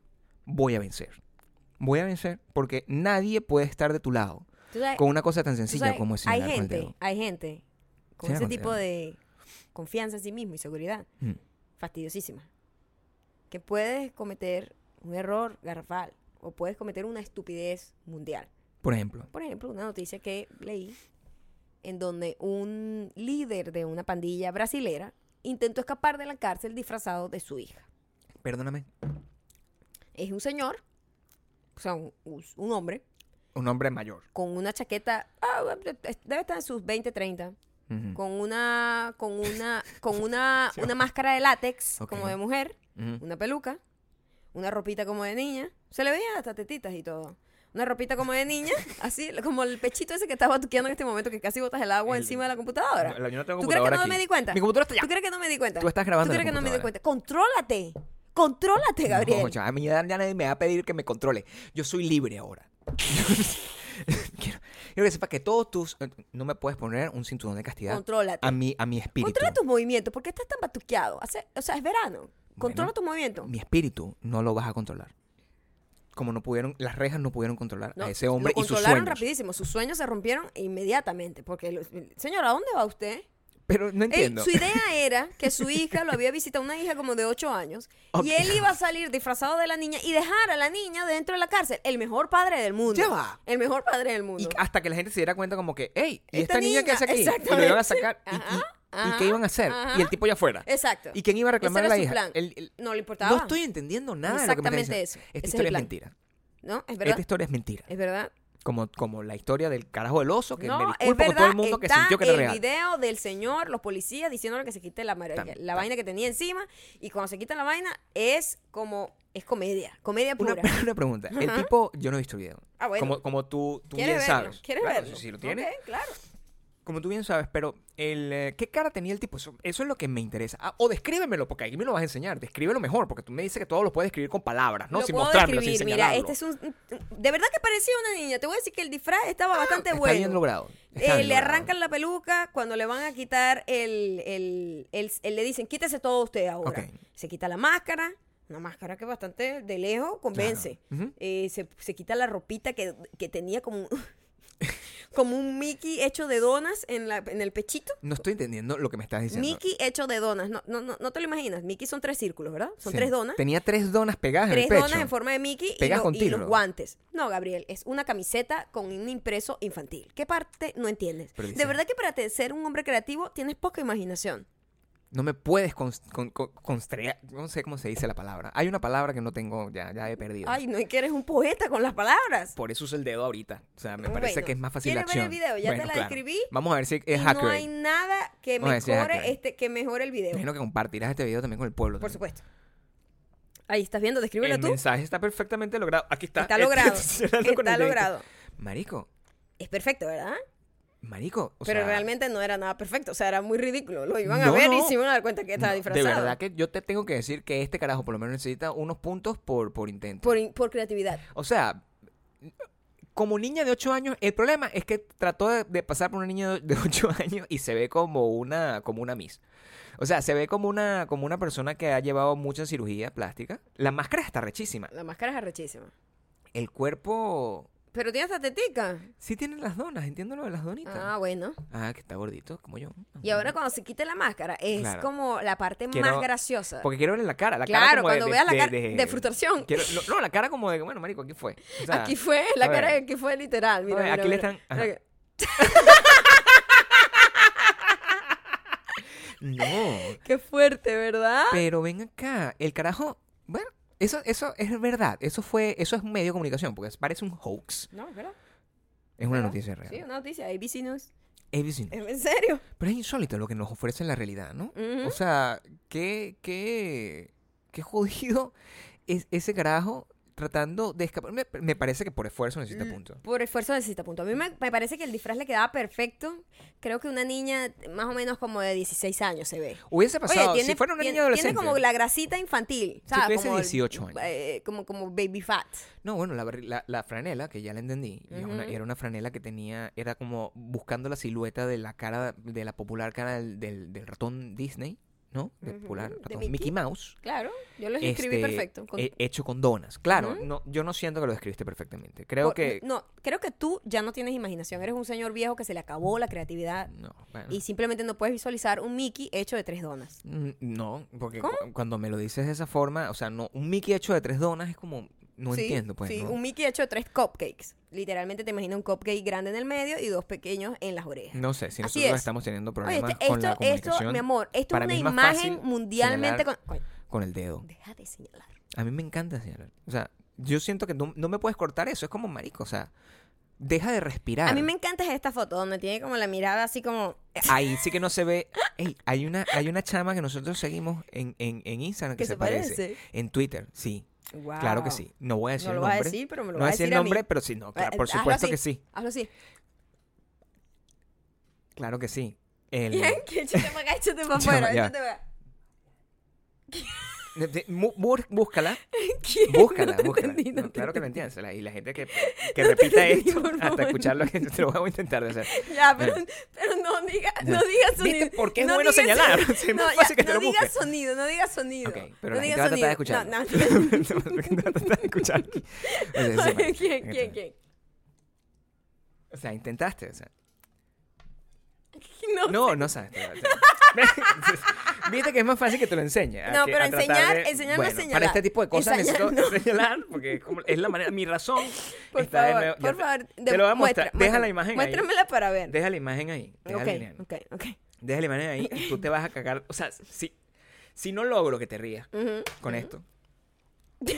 S2: voy a vencer. Voy a vencer porque nadie puede estar de tu lado
S1: Tú sabes-
S2: con una cosa tan
S1: tú
S2: sencilla
S1: sabes,
S2: como es
S1: hay
S2: señalar con el
S1: gente,
S2: dedo.
S1: hay gente con
S2: Señala
S1: ese
S2: con el
S1: tipo
S2: dedo.
S1: de confianza en sí mismo y seguridad
S2: Mm.
S1: fastidiosísima. Que puedes cometer un error garrafal o puedes cometer una estupidez mundial.
S2: Por ejemplo,
S1: Por ejemplo, una noticia que leí en donde un líder de una pandilla brasilera intentó escapar de la cárcel disfrazado de su hija.
S2: perdóname,
S1: Es un señor, o sea, un, un- un hombre,
S2: un hombre mayor.
S1: con una chaqueta, ah, debe estar en sus 20, 30,
S2: Ujú.
S1: con una, con una,
S2: [LAUGHS]
S1: con una, una máscara de látex,
S2: Ok. Mm.
S1: como de mujer,
S2: Ujú.
S1: una peluca, una ropita como de niña, se le veían hasta tetitas y todo. Una ropita como de
S2: [LAUGHS]
S1: niña, así, como el pechito ese que estás batuqueando en este momento, que casi botas el agua
S2: El-
S1: encima de la computadora.
S2: La- yo no tengo
S1: ¿Tú crees que
S2: computadora
S1: no
S2: aquí.
S1: me di cuenta?
S2: Mi computadora está allá.
S1: ¿Tú crees que no me di cuenta?
S2: Tú estás grabando
S1: ¿Tú
S2: en la
S1: crees que no me di
S2: computadora.
S1: cuenta? ¡Contrólate! [LAUGHS] ¡Contrólate, Gabriel!
S2: No, ya, a mí ya, ya nadie me va a pedir que me controle. Yo soy libre ahora. [LAUGHS] quiero, quiero que sepa que todos tus... eh, No me puedes poner un cinturón de castidad
S1: Contrólate.
S2: a mi, a mi Ah, espíritu.
S1: Controla tus movimientos. ¿Por qué estás tan batuqueado? Hace- o sea, es verano. Controla
S2: Bueno,
S1: tus movimientos.
S2: Mi espíritu no lo vas a controlar. Como no pudieron... Las rejas no pudieron controlar
S1: No,
S2: a ese hombre
S1: lo
S2: y sus
S1: controlaron
S2: sueños.
S1: rapidísimo. Sus sueños se rompieron inmediatamente. Porque, los- señora, ¿a dónde va usted?
S2: Pero no
S1: Él-
S2: entiendo.
S1: su idea era que su hija lo había visitado, una hija como de 8 años,
S2: Ok.
S1: y él iba a salir disfrazado de la niña y dejar a la niña dentro de la cárcel. El mejor padre del mundo.
S2: Ya va.
S1: El mejor padre del mundo.
S2: Y hasta que la gente se diera cuenta como que, hey, ¿y
S1: Esta
S2: esta, niña, que hace aquí? Y lo iban a
S1: exactamente.
S2: sacar. ¿Y, y-
S1: Ajá,
S2: y
S1: ajá,
S2: qué iban a hacer?
S1: ajá.
S2: Y el tipo ya afuera.
S1: Exacto.
S2: ¿Y quién iba a reclamar
S1: Ese
S2: a la
S1: era su
S2: hija?
S1: plan.
S2: El- el-
S1: No le importaba.
S2: no estoy entendiendo nada de lo que me
S1: Exactamente
S2: está diciendo.
S1: eso. Ese es
S2: Esta
S1: el
S2: historia es
S1: plan.
S2: mentira.
S1: ¿No? Es verdad.
S2: Esta historia es mentira.
S1: Es verdad.
S2: Como, como la historia del carajo del oso, que
S1: no,
S2: me
S1: es
S2: disculpo
S1: verdad.
S2: con todo el mundo que
S1: está
S2: sintió que era
S1: el
S2: real.
S1: video del señor, los policías diciéndole que se quite la, mara-
S2: Tam-
S1: la
S2: tam.
S1: vaina que tenía encima y cuando se quita la vaina es como Es comedia, comedia
S2: Una,
S1: pura.
S2: [LAUGHS] una pregunta. El tipo, yo no he visto el video.
S1: Ah, bueno.
S2: Como, como tú, tú bien
S1: ¿Quieres verlo?
S2: sabes.
S1: ¿Quieres
S2: Claro,
S1: verlo?
S2: Si, si lo tienes.
S1: Ok, claro.
S2: Como tú bien sabes, pero el, eh, ¿qué cara tenía el tipo? Eso, eso es lo que me interesa. Ah, o descríbemelo, porque ahí me lo vas a enseñar. Descríbelo mejor, porque tú me dices que todo lo puedes escribir con palabras, ¿no?
S1: Lo
S2: sin
S1: puedo
S2: mostrármelo, sin
S1: describir. Mira, este
S2: señalarlo.
S1: es un... De verdad que parecía una niña. Te voy a decir que el disfraz estaba bastante
S2: Ah, Está
S1: bueno.
S2: bien logrado.
S1: Eh,
S2: Está bien
S1: le
S2: logrado.
S1: arrancan la peluca cuando le van a quitar el, el, el- el- le dicen quítese todo usted ahora
S2: Ok.
S1: se quita la máscara una máscara que bastante de lejos convence
S2: Claro. Ujú.
S1: Eh, se, se quita la ropita que, que tenía como [LAUGHS] como un Mickey hecho de donas en la en el pechito
S2: No estoy entendiendo lo que me estás diciendo.
S1: Mickey hecho de donas no, no, no, no te lo imaginas Mickey son tres círculos ¿verdad? son
S2: Sí.
S1: tres donas
S2: Tenía tres donas pegadas
S1: tres
S2: en el pecho.
S1: donas en forma de Mickey y,
S2: Pegas
S1: lo-
S2: con
S1: y
S2: tiro.
S1: los guantes. No, Gabriel, es una camiseta con un impreso infantil. ¿Qué parte no entiendes?
S2: Pero
S1: de
S2: dice-
S1: verdad que para te- ser un hombre creativo tienes poca imaginación.
S2: No me puedes constrear. no sé cómo se dice la palabra. Hay una palabra que no tengo, ya, ya he perdido.
S1: Ay, no, y que eres un poeta con las palabras.
S2: Por eso uso el dedo ahorita. O sea, me
S1: Bueno,
S2: parece que es más fácil la
S1: ¿quieres ver
S2: acción.
S1: el video? Ya te la
S2: claro.
S1: describí
S2: Vamos a ver si es
S1: y
S2: hacker.
S1: no hay nada que
S2: Vamos a ver si es
S1: mejore
S2: accurate.
S1: este, que mejore el video.
S2: Imagino que compartirás este video también con el pueblo.
S1: Por
S2: también.
S1: supuesto. Ahí estás viendo, descríbelo
S2: El
S1: tú.
S2: mensaje está perfectamente logrado. Aquí está.
S1: Está logrado.
S2: [LAUGHS] Funcionando con
S1: Está
S2: el dedito.
S1: logrado.
S2: Marico,
S1: Es perfecto, ¿verdad?
S2: marico. o
S1: Pero
S2: sea,
S1: realmente no era nada perfecto. O sea, era muy ridículo. Lo iban a
S2: No,
S1: ver y
S2: no.
S1: se iban a dar cuenta que estaba
S2: no,
S1: disfrazado.
S2: De verdad que yo te tengo que decir que este carajo por lo menos necesita unos puntos por, por intento.
S1: Por, in- por creatividad.
S2: O sea, como niña de 8 años, el problema es que trató de, de pasar por una niña de 8 [LAUGHS] años y se ve como una, como una Miss. O sea, se ve como una, como una persona que ha llevado mucha cirugía plástica. La máscara está rechísima.
S1: La máscara es arrechísima.
S2: El cuerpo
S1: Pero tiene hasta tetica.
S2: sí tiene las donas, entiendo lo de las donitas.
S1: Ah, bueno.
S2: Ah, que está gordito, como yo.
S1: Y ahora cuando se quite la máscara, es
S2: Claro.
S1: como la parte
S2: Quiero-
S1: más graciosa.
S2: Porque quiero verle la cara. La cara
S1: claro,
S2: como de-
S1: cuando
S2: de,
S1: veas la
S2: de-
S1: cara de,
S2: de-
S1: frustración.
S2: quiero- no, no, la cara como de, bueno, marico, aquí fue. O sea,
S1: aquí fue, la
S2: a ver.
S1: cara de aquí fue literal. Mira,
S2: A ver,
S1: mira,
S2: aquí le
S1: mira.
S2: están- ajá.
S1: Mira que-
S2: No.
S1: Qué fuerte, ¿verdad?
S2: Pero ven acá, el carajo, bueno, eso, eso es verdad, eso fue, eso es un medio de comunicación, porque parece un hoax.
S1: No, es verdad.
S2: Es una
S1: ¿Verdad?
S2: noticia real.
S1: Sí, una Eh. noticia, ABC News.
S2: Es vecino.
S1: ¿En serio?
S2: Pero es insólito lo que nos ofrece la realidad, ¿no?
S1: Ujú.
S2: O sea, qué, qué, qué jodido es ese carajo tratando de escapar. Me, me parece que por esfuerzo
S1: Mm.
S2: necesita punto.
S1: Por esfuerzo necesita punto. A mí me, me parece que el disfraz le quedaba perfecto. Creo que una niña más o menos como de 16 años se ve.
S2: Hubiese pasado,
S1: Oye, tiene,
S2: si fuera una
S1: tiene-
S2: niña adolescente.
S1: tiene como la grasita infantil.
S2: Si
S1: ¿sabes?
S2: tuviese
S1: como el-
S2: 18 años.
S1: eh, como, como baby fat.
S2: No, bueno, la, barri- la, la franela, que ya la entendí, y es una-
S1: Ujú.
S2: era una franela que tenía, era como buscando la silueta de la cara, de la popular cara del, del- del ratón Disney, ¿no? De
S1: Ujú,
S2: popular
S1: de
S2: ratón
S1: Mickey.
S2: Mickey, Mouse.
S1: Claro, yo lo [LAUGHS] escribí
S2: este,
S1: perfecto. con-
S2: he- hecho con donas. Claro,
S1: Ujú.
S2: no, yo no siento que lo describiste perfectamente. Creo
S1: por-
S2: que...
S1: No, creo que tú ya no tienes imaginación. Eres un señor viejo que se le acabó la creatividad
S2: No, bueno.
S1: y simplemente no puedes visualizar un Mickey hecho de tres donas.
S2: Mm, No, porque
S1: ¿Cómo?
S2: cu- cuando me lo dices de esa forma, o sea, no, un Mickey hecho de tres donas es como... No
S1: Sí,
S2: entiendo, pues.
S1: Sí,
S2: ¿no?
S1: un Mickey hecho de tres cupcakes. Literalmente te imaginas un cupcake grande en el medio y dos pequeños en las orejas.
S2: No sé,
S1: Así
S2: si nosotros
S1: es.
S2: estamos teniendo
S1: Oye,
S2: problemas
S1: este-
S2: con la
S1: esto, esto,
S2: comunicación
S1: mi amor, esto es
S2: Para
S1: una
S2: mí es más
S1: imagen
S2: fácil
S1: mundialmente...
S2: señalar- Oh.
S1: con- Coño,
S2: con el dedo.
S1: deja de señalar.
S2: A mí me encanta señalar. O sea, yo siento que no, no me puedes cortar eso. Es como marico. O sea, deja de respirar.
S1: A mí me encanta esta foto donde tiene como la mirada así como...
S2: Ahí sí que no se ve. Ey, hay una, hay una chama que nosotros seguimos en, en, en Instagram que
S1: ¿Que
S2: se,
S1: se
S2: parece.
S1: parece? Ah,
S2: En Twitter, sí. Claro que sí. No voy a decir
S1: No lo
S2: el
S1: vas a
S2: nombre.
S1: decir, pero me lo
S2: no voy
S1: vas
S2: a
S1: a
S2: decir el
S1: decir a mí.
S2: nombre, pero sí, no.
S1: Wow.
S2: Claro, por
S1: Eh, hazlo
S2: supuesto
S1: así,
S2: que sí.
S1: Hazlo así.
S2: Claro que sí. El-
S1: Bien, que échate para acá, échate para
S2: Chama,
S1: afuera,
S2: [LAUGHS] ya.
S1: échate para acá.
S2: de- de- mu- bu-
S1: [LAUGHS]
S2: búscala.
S1: ¿Quién?
S2: Búscala,
S1: No te
S2: búscala.
S1: entendí, no
S2: No,
S1: te
S2: claro que lo
S1: entendí.
S2: entiendes. La- Y la gente que, que repita
S1: entendí,
S2: esto
S1: por
S2: hasta
S1: favor.
S2: escucharlo, que [LAUGHS] te lo voy a intentar de hacer.
S1: Ya, pero, pero no digas no diga sonido.
S2: ¿Viste por qué es
S1: no
S2: bueno
S1: diga
S2: señalar? [LAUGHS]
S1: sonido.
S2: Es muy
S1: No,
S2: fácil
S1: ya,
S2: que te
S1: no
S2: lo
S1: digas
S2: busques.
S1: sonido, no digas sonido.
S2: Ok, pero
S1: no
S2: la gente
S1: digas
S2: va a tratar de
S1: sonido. No,
S2: escuchar. [LAUGHS]
S1: no. [LAUGHS]
S2: va a tratar de escuchar aquí. Entonces, sí,
S1: Oye,
S2: marico,
S1: ¿Quién,
S2: entonces,
S1: quién, quién?
S2: O sea, intentaste. O sea.
S1: No,
S2: No, no sabes. te- te- [LAUGHS] Viste que es más fácil que te lo enseñe. a
S1: No,
S2: que-
S1: pero
S2: a tratar
S1: enseñar-
S2: de-
S1: enseñar no
S2: bueno,
S1: es señalar.
S2: Para este tipo de cosas
S1: Enseñar
S2: necesito [LAUGHS] señalar porque es, como- es la manera, mi razón.
S1: [LAUGHS] por
S2: está de
S1: favor,
S2: nuevo- ya
S1: por
S2: te-
S1: favor.
S2: Te,
S1: de-
S2: lo voy a
S1: muestra,
S2: mostrar. Deja la
S1: muéstramela,
S2: imagen ahí.
S1: Muéstramela para ver.
S2: Deja la imagen ahí. Deja, la imagen.
S1: ok, ok, ok.
S2: Deja la imagen ahí y tú te vas a cagar. O sea, si, si no logro que te rías
S1: Ujú.
S2: con esto. [LAUGHS]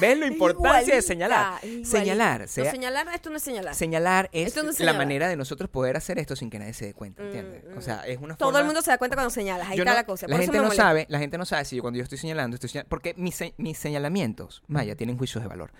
S2: ¿Ves lo importancia de
S1: Igualita,
S2: señalar?
S1: igualita.
S2: Señalar,
S1: No,
S2: sea-
S1: señalar, esto no es señalar.
S2: señalar es
S1: Esto no es
S2: la
S1: señalar.
S2: manera de nosotros poder hacer esto sin que nadie se dé cuenta, ¿entiendes?
S1: Mm, mm.
S2: O sea, es una
S1: Todo
S2: forma...
S1: el mundo se da cuenta cuando señalas. Ahí
S2: Yo
S1: está
S2: no-
S1: la cosa.
S2: La
S1: Por
S2: gente
S1: eso me
S2: no
S1: molesta.
S2: sabe, la gente no sabe si yo cuando yo estoy señalando, estoy señal- porque mis, se- mis señalamientos, Maya, tienen juicios de valor.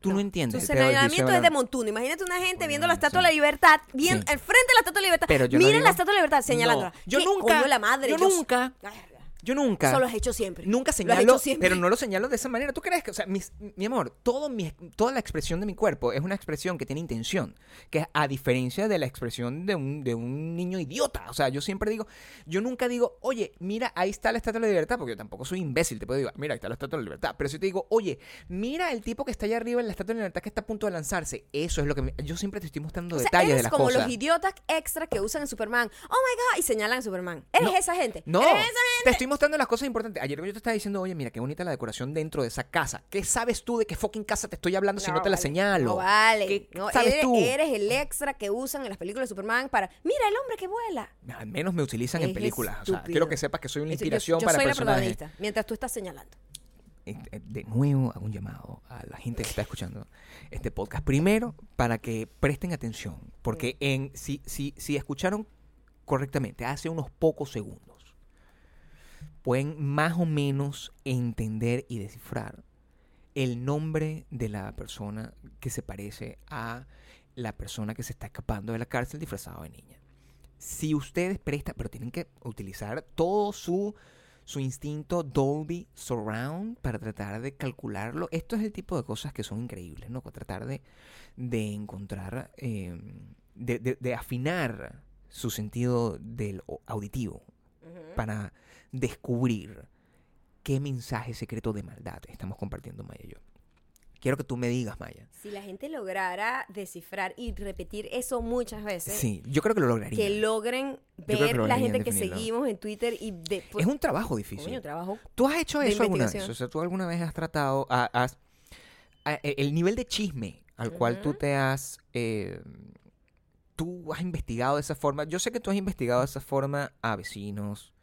S2: Tú no, entiendes.
S1: Mm. Su
S2: el pedo del juicio
S1: señalamiento es de
S2: valor.
S1: Montuno. Imagínate una gente
S2: Coño,
S1: viendo la
S2: sí.
S1: Estatua de la Libertad, bien,
S2: Sí.
S1: al frente de la Estatua de la Libertad.
S2: Pero yo no
S1: Miren
S2: digo-
S1: la Estatua de la Libertad señalándola.
S2: No, yo
S1: ¿Qué?
S2: nunca-
S1: Coño, la madre,
S2: yo nunca-
S1: Verga.
S2: Yo nunca.
S1: Eso lo has hecho siempre.
S2: Nunca
S1: Lo has
S2: señalo,
S1: hecho siempre.
S2: pero no lo señalo de esa manera. ¿Tú crees que, o sea, mis- mi amor, todo mi, toda la expresión de mi cuerpo es una expresión que tiene intención, que a diferencia de la expresión de un, de un niño idiota. O sea, yo siempre digo, yo nunca digo, oye, mira, ahí está la estatua de la libertad, porque yo tampoco soy imbécil, te puedo decir, mira, ahí está la estatua de la libertad. Pero si te digo, oye, mira el tipo que está allá arriba en la estatua de la libertad que está a punto de lanzarse, eso es lo que me- yo siempre te estoy mostrando
S1: O sea,
S2: detalles
S1: eres
S2: de las
S1: como
S2: cosas.
S1: los idiotas extra que usan en Superman. Oh my god, y señalan a Superman. Eres esa gente.
S2: No,
S1: Eres esa gente.
S2: te estoy mostrando las cosas importantes. Ayer yo te estaba diciendo, oye, mira qué bonita la decoración dentro de esa casa. ¿Qué sabes tú de qué fucking casa te estoy hablando si no te la
S1: vale.
S2: señalo?
S1: No vale.
S2: ¿Qué
S1: No,
S2: sabes
S1: eres,
S2: tú?
S1: eres el extra que usan en las películas de Superman para. Mira el hombre que vuela.
S2: Al menos me utilizan en
S1: Es
S2: películas. O sea,
S1: estúpido.
S2: quiero que sepas que soy una
S1: Eso, yo-
S2: inspiración
S1: yo
S2: para
S1: soy la
S2: personajes.
S1: protagonista, mientras tú estás señalando.
S2: Eh, eh, De nuevo, hago un llamado a la gente que está escuchando este podcast. Primero, para que presten atención. Porque en, si, si, si escucharon correctamente, hace unos pocos segundos, pueden más o menos entender y descifrar el nombre de la persona que se parece a la persona que se está escapando de la cárcel disfrazado de niña. Si ustedes prestan, pero tienen que utilizar todo su, su instinto Dolby Surround para tratar de calcularlo. Esto es el tipo de cosas que son increíbles, ¿no? Tratar de, de encontrar, eh, de, de- de afinar su sentido del o- auditivo
S1: Ujú.
S2: para descubrir qué mensaje secreto de maldad estamos compartiendo Maya y yo. Quiero que tú me digas, Maya.
S1: Si la gente lograra descifrar y repetir eso muchas veces,
S2: Sí, yo creo que lo lograría.
S1: que logren ver
S2: creo que
S1: la
S2: lograrían
S1: gente que
S2: definirlo.
S1: seguimos en Twitter y de,
S2: es un trabajo difícil.
S1: pues, coño, trabajo.
S2: ¿Tú has hecho
S1: de
S2: eso alguna vez?
S1: investigación.
S2: O sea, ¿tú alguna vez has tratado, ha- has- a- e- el nivel de chisme al cual tú
S1: Ujú.
S2: te has, eh, tú has investigado de esa forma? Yo sé que tú has investigado de esa forma a vecinos,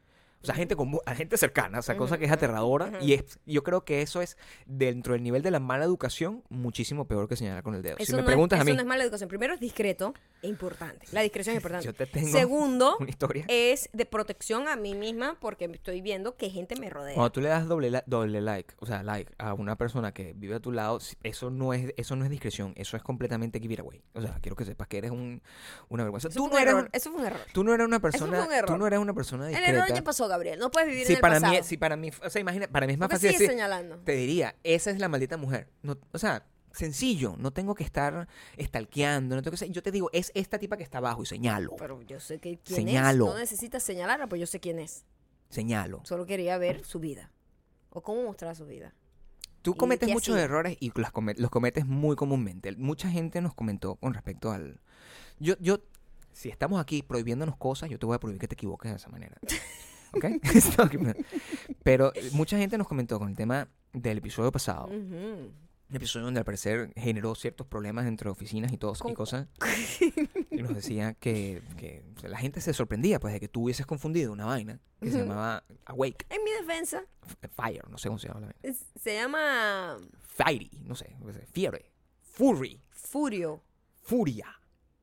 S2: o sea, gente común, a gente cercana, o sea, cosa
S1: Ujú,
S2: que es aterradora
S1: ujú.
S2: y es, yo creo que eso es dentro del nivel de la mala educación muchísimo peor que señalar con el dedo.
S1: Eso
S2: si me
S1: no es-
S2: preguntas a
S1: eso
S2: mí,
S1: no es mala educación. Primero es discreto e importante. La discreción es importante.
S2: [LAUGHS] yo te tengo
S1: Segundo,
S2: [LAUGHS] una historia.
S1: es de protección a mí misma porque estoy viendo que gente me rodea.
S2: Cuando tú le das doble, li- doble like, o sea, like a una persona que vive a tu lado, si- eso no es, eso no es discreción, eso es completamente give it away. O sea, quiero que sepas que eres un, una vergüenza.
S1: Eso
S2: Tú
S1: fue
S2: no,
S1: un
S2: eres,
S1: error,
S2: un-
S1: Eso fue un error.
S2: tú no eres una
S1: fue un
S2: persona, tú
S1: error.
S2: no eres una persona
S1: El
S2: discreta.
S1: error ya pasó, Gabriel. No puedes vivir
S2: si
S1: en el
S2: para
S1: pasado.
S2: mí, si para mí, o sea, imagina, para mí es más
S1: Porque
S2: fácil
S1: sigues
S2: decir,
S1: señalando.
S2: te diría, esa es la maldita mujer. No, o sea, sencillo, no tengo que estar estalqueando, no tengo que ser- yo te digo, es esta tipa que está abajo y señalo,
S1: Pero yo sé que quién
S2: Señalo.
S1: es. No necesitas señalarla, pues yo sé quién es.
S2: señalo.
S1: Solo quería ver su vida. O cómo mostrar su vida.
S2: Tú
S1: ¿Y
S2: cometes
S1: qué
S2: muchos
S1: hacía?
S2: errores y las come- los cometes muy comúnmente. Mucha gente nos comentó con respecto al... Yo, yo, si estamos aquí prohibiéndonos cosas, yo te voy a prohibir que te equivoques de
S1: [LAUGHS]
S2: esa manera. ¿Ok? [LAUGHS] No, que me- Pero eh, mucha gente nos comentó con el tema del episodio pasado.
S1: Ujú. [LAUGHS]
S2: Un episodio donde al parecer generó ciertos problemas entre oficinas y, todo, y
S1: Con-
S2: cosas. Y nos decía que, que la gente se sorprendía pues de que tú hubieses confundido una vaina que se
S1: Ujú.
S2: llamaba Awake,
S1: En mi defensa,
S2: F- Fire, no sé cómo se llama la vaina.
S1: es- se llama
S2: Fiery, no sé, no sé, Fiebre, Fury.
S1: Furio.
S2: Furia.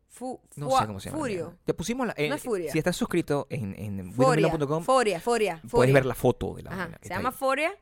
S1: Fu-
S2: No
S1: fua-
S2: sé cómo se llama. la
S1: Furio.
S2: mierda. Te pusimos la. eh,
S1: No es furia.
S2: Si estás suscrito en, en
S1: Foria.
S2: www.com,
S1: Foria, foria.
S2: puedes
S1: foria.
S2: ver la foto de la
S1: Ajá,
S2: vaina que
S1: Se
S2: está
S1: llama
S2: ahí.
S1: Foria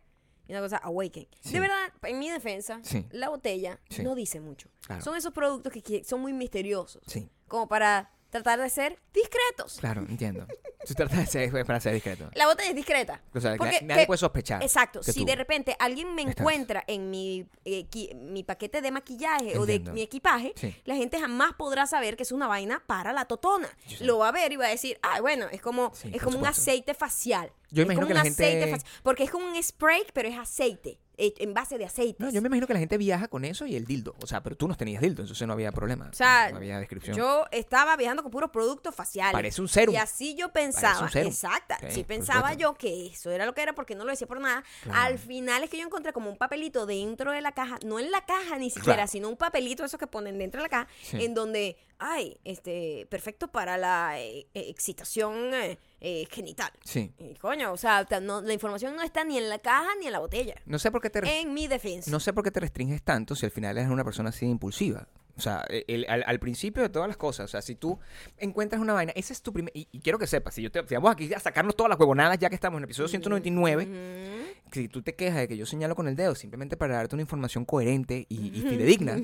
S1: y una cosa Awaken.
S2: Sí.
S1: De verdad, en mi defensa,
S2: Sí.
S1: la botella
S2: Sí.
S1: no dice mucho.
S2: Claro.
S1: Son esos productos que qui- son muy misteriosos.
S2: Sí,
S1: Como para tratar de ser discretos.
S2: claro, entiendo. Se trata de ser, para ser discreto.
S1: La botella es discreta.
S2: O sea, que
S1: Porque-
S2: nadie
S1: que-
S2: puede sospechar.
S1: Exacto.
S2: que
S1: Si
S2: tú-
S1: de repente alguien me
S2: estás.
S1: encuentra en mi, eh, qui- mi paquete de maquillaje o de
S2: Entiendo.
S1: mi equipaje,
S2: Sí.
S1: la gente jamás podrá saber que es una vaina para la totona.
S2: Yo sé.
S1: Lo va a ver y va a decir, ay, bueno, es como,
S2: Sí,
S1: es
S2: por
S1: como un
S2: supuesto.
S1: aceite facial.
S2: Yo
S1: Es
S2: imagino
S1: como
S2: que
S1: un
S2: la gente-
S1: aceite facial. Porque es como un spray, pero es aceite. eh, En base de aceite.
S2: No, yo me imagino que la gente viaja con eso y el dildo. O sea, pero tú no tenías dildo, entonces no había problema.
S1: O sea,
S2: no había descripción.
S1: yo estaba viajando con puros productos faciales.
S2: Parece un serum.
S1: Y así yo pensaba.
S2: serum.
S1: Exacta.
S2: Ok,
S1: sí
S2: por
S1: pensaba
S2: supuesto.
S1: yo que eso era lo que era porque no lo decía por nada.
S2: Claro.
S1: Al final es que yo encontré como un papelito dentro de la caja, no en la caja ni siquiera,
S2: Claro.
S1: sino un papelito esos que ponen dentro de la caja,
S2: Sí.
S1: en donde ay, este, perfecto para la eh, eh, excitación eh, eh, genital.
S2: Sí.
S1: Y coño, o sea, ta- no- la información no está ni en la caja ni en la botella.
S2: No sé por qué te... res-
S1: En mi defensa.
S2: No sé por qué te restringes tanto si al final eres una persona así de impulsiva. O sea, el- el- al, al principio de todas las cosas, o sea, si tú encuentras una vaina, ese es tu primer... Y, y quiero que sepas, si yo te... si vamos aquí a sacarnos todas las huevonadas ya que estamos en el episodio 199,
S1: Mm. Ujú.
S2: si tú te quejas de que yo señalo con el dedo simplemente para darte una información coherente y, y
S1: Mm. [LAUGHS]
S2: fidedigna,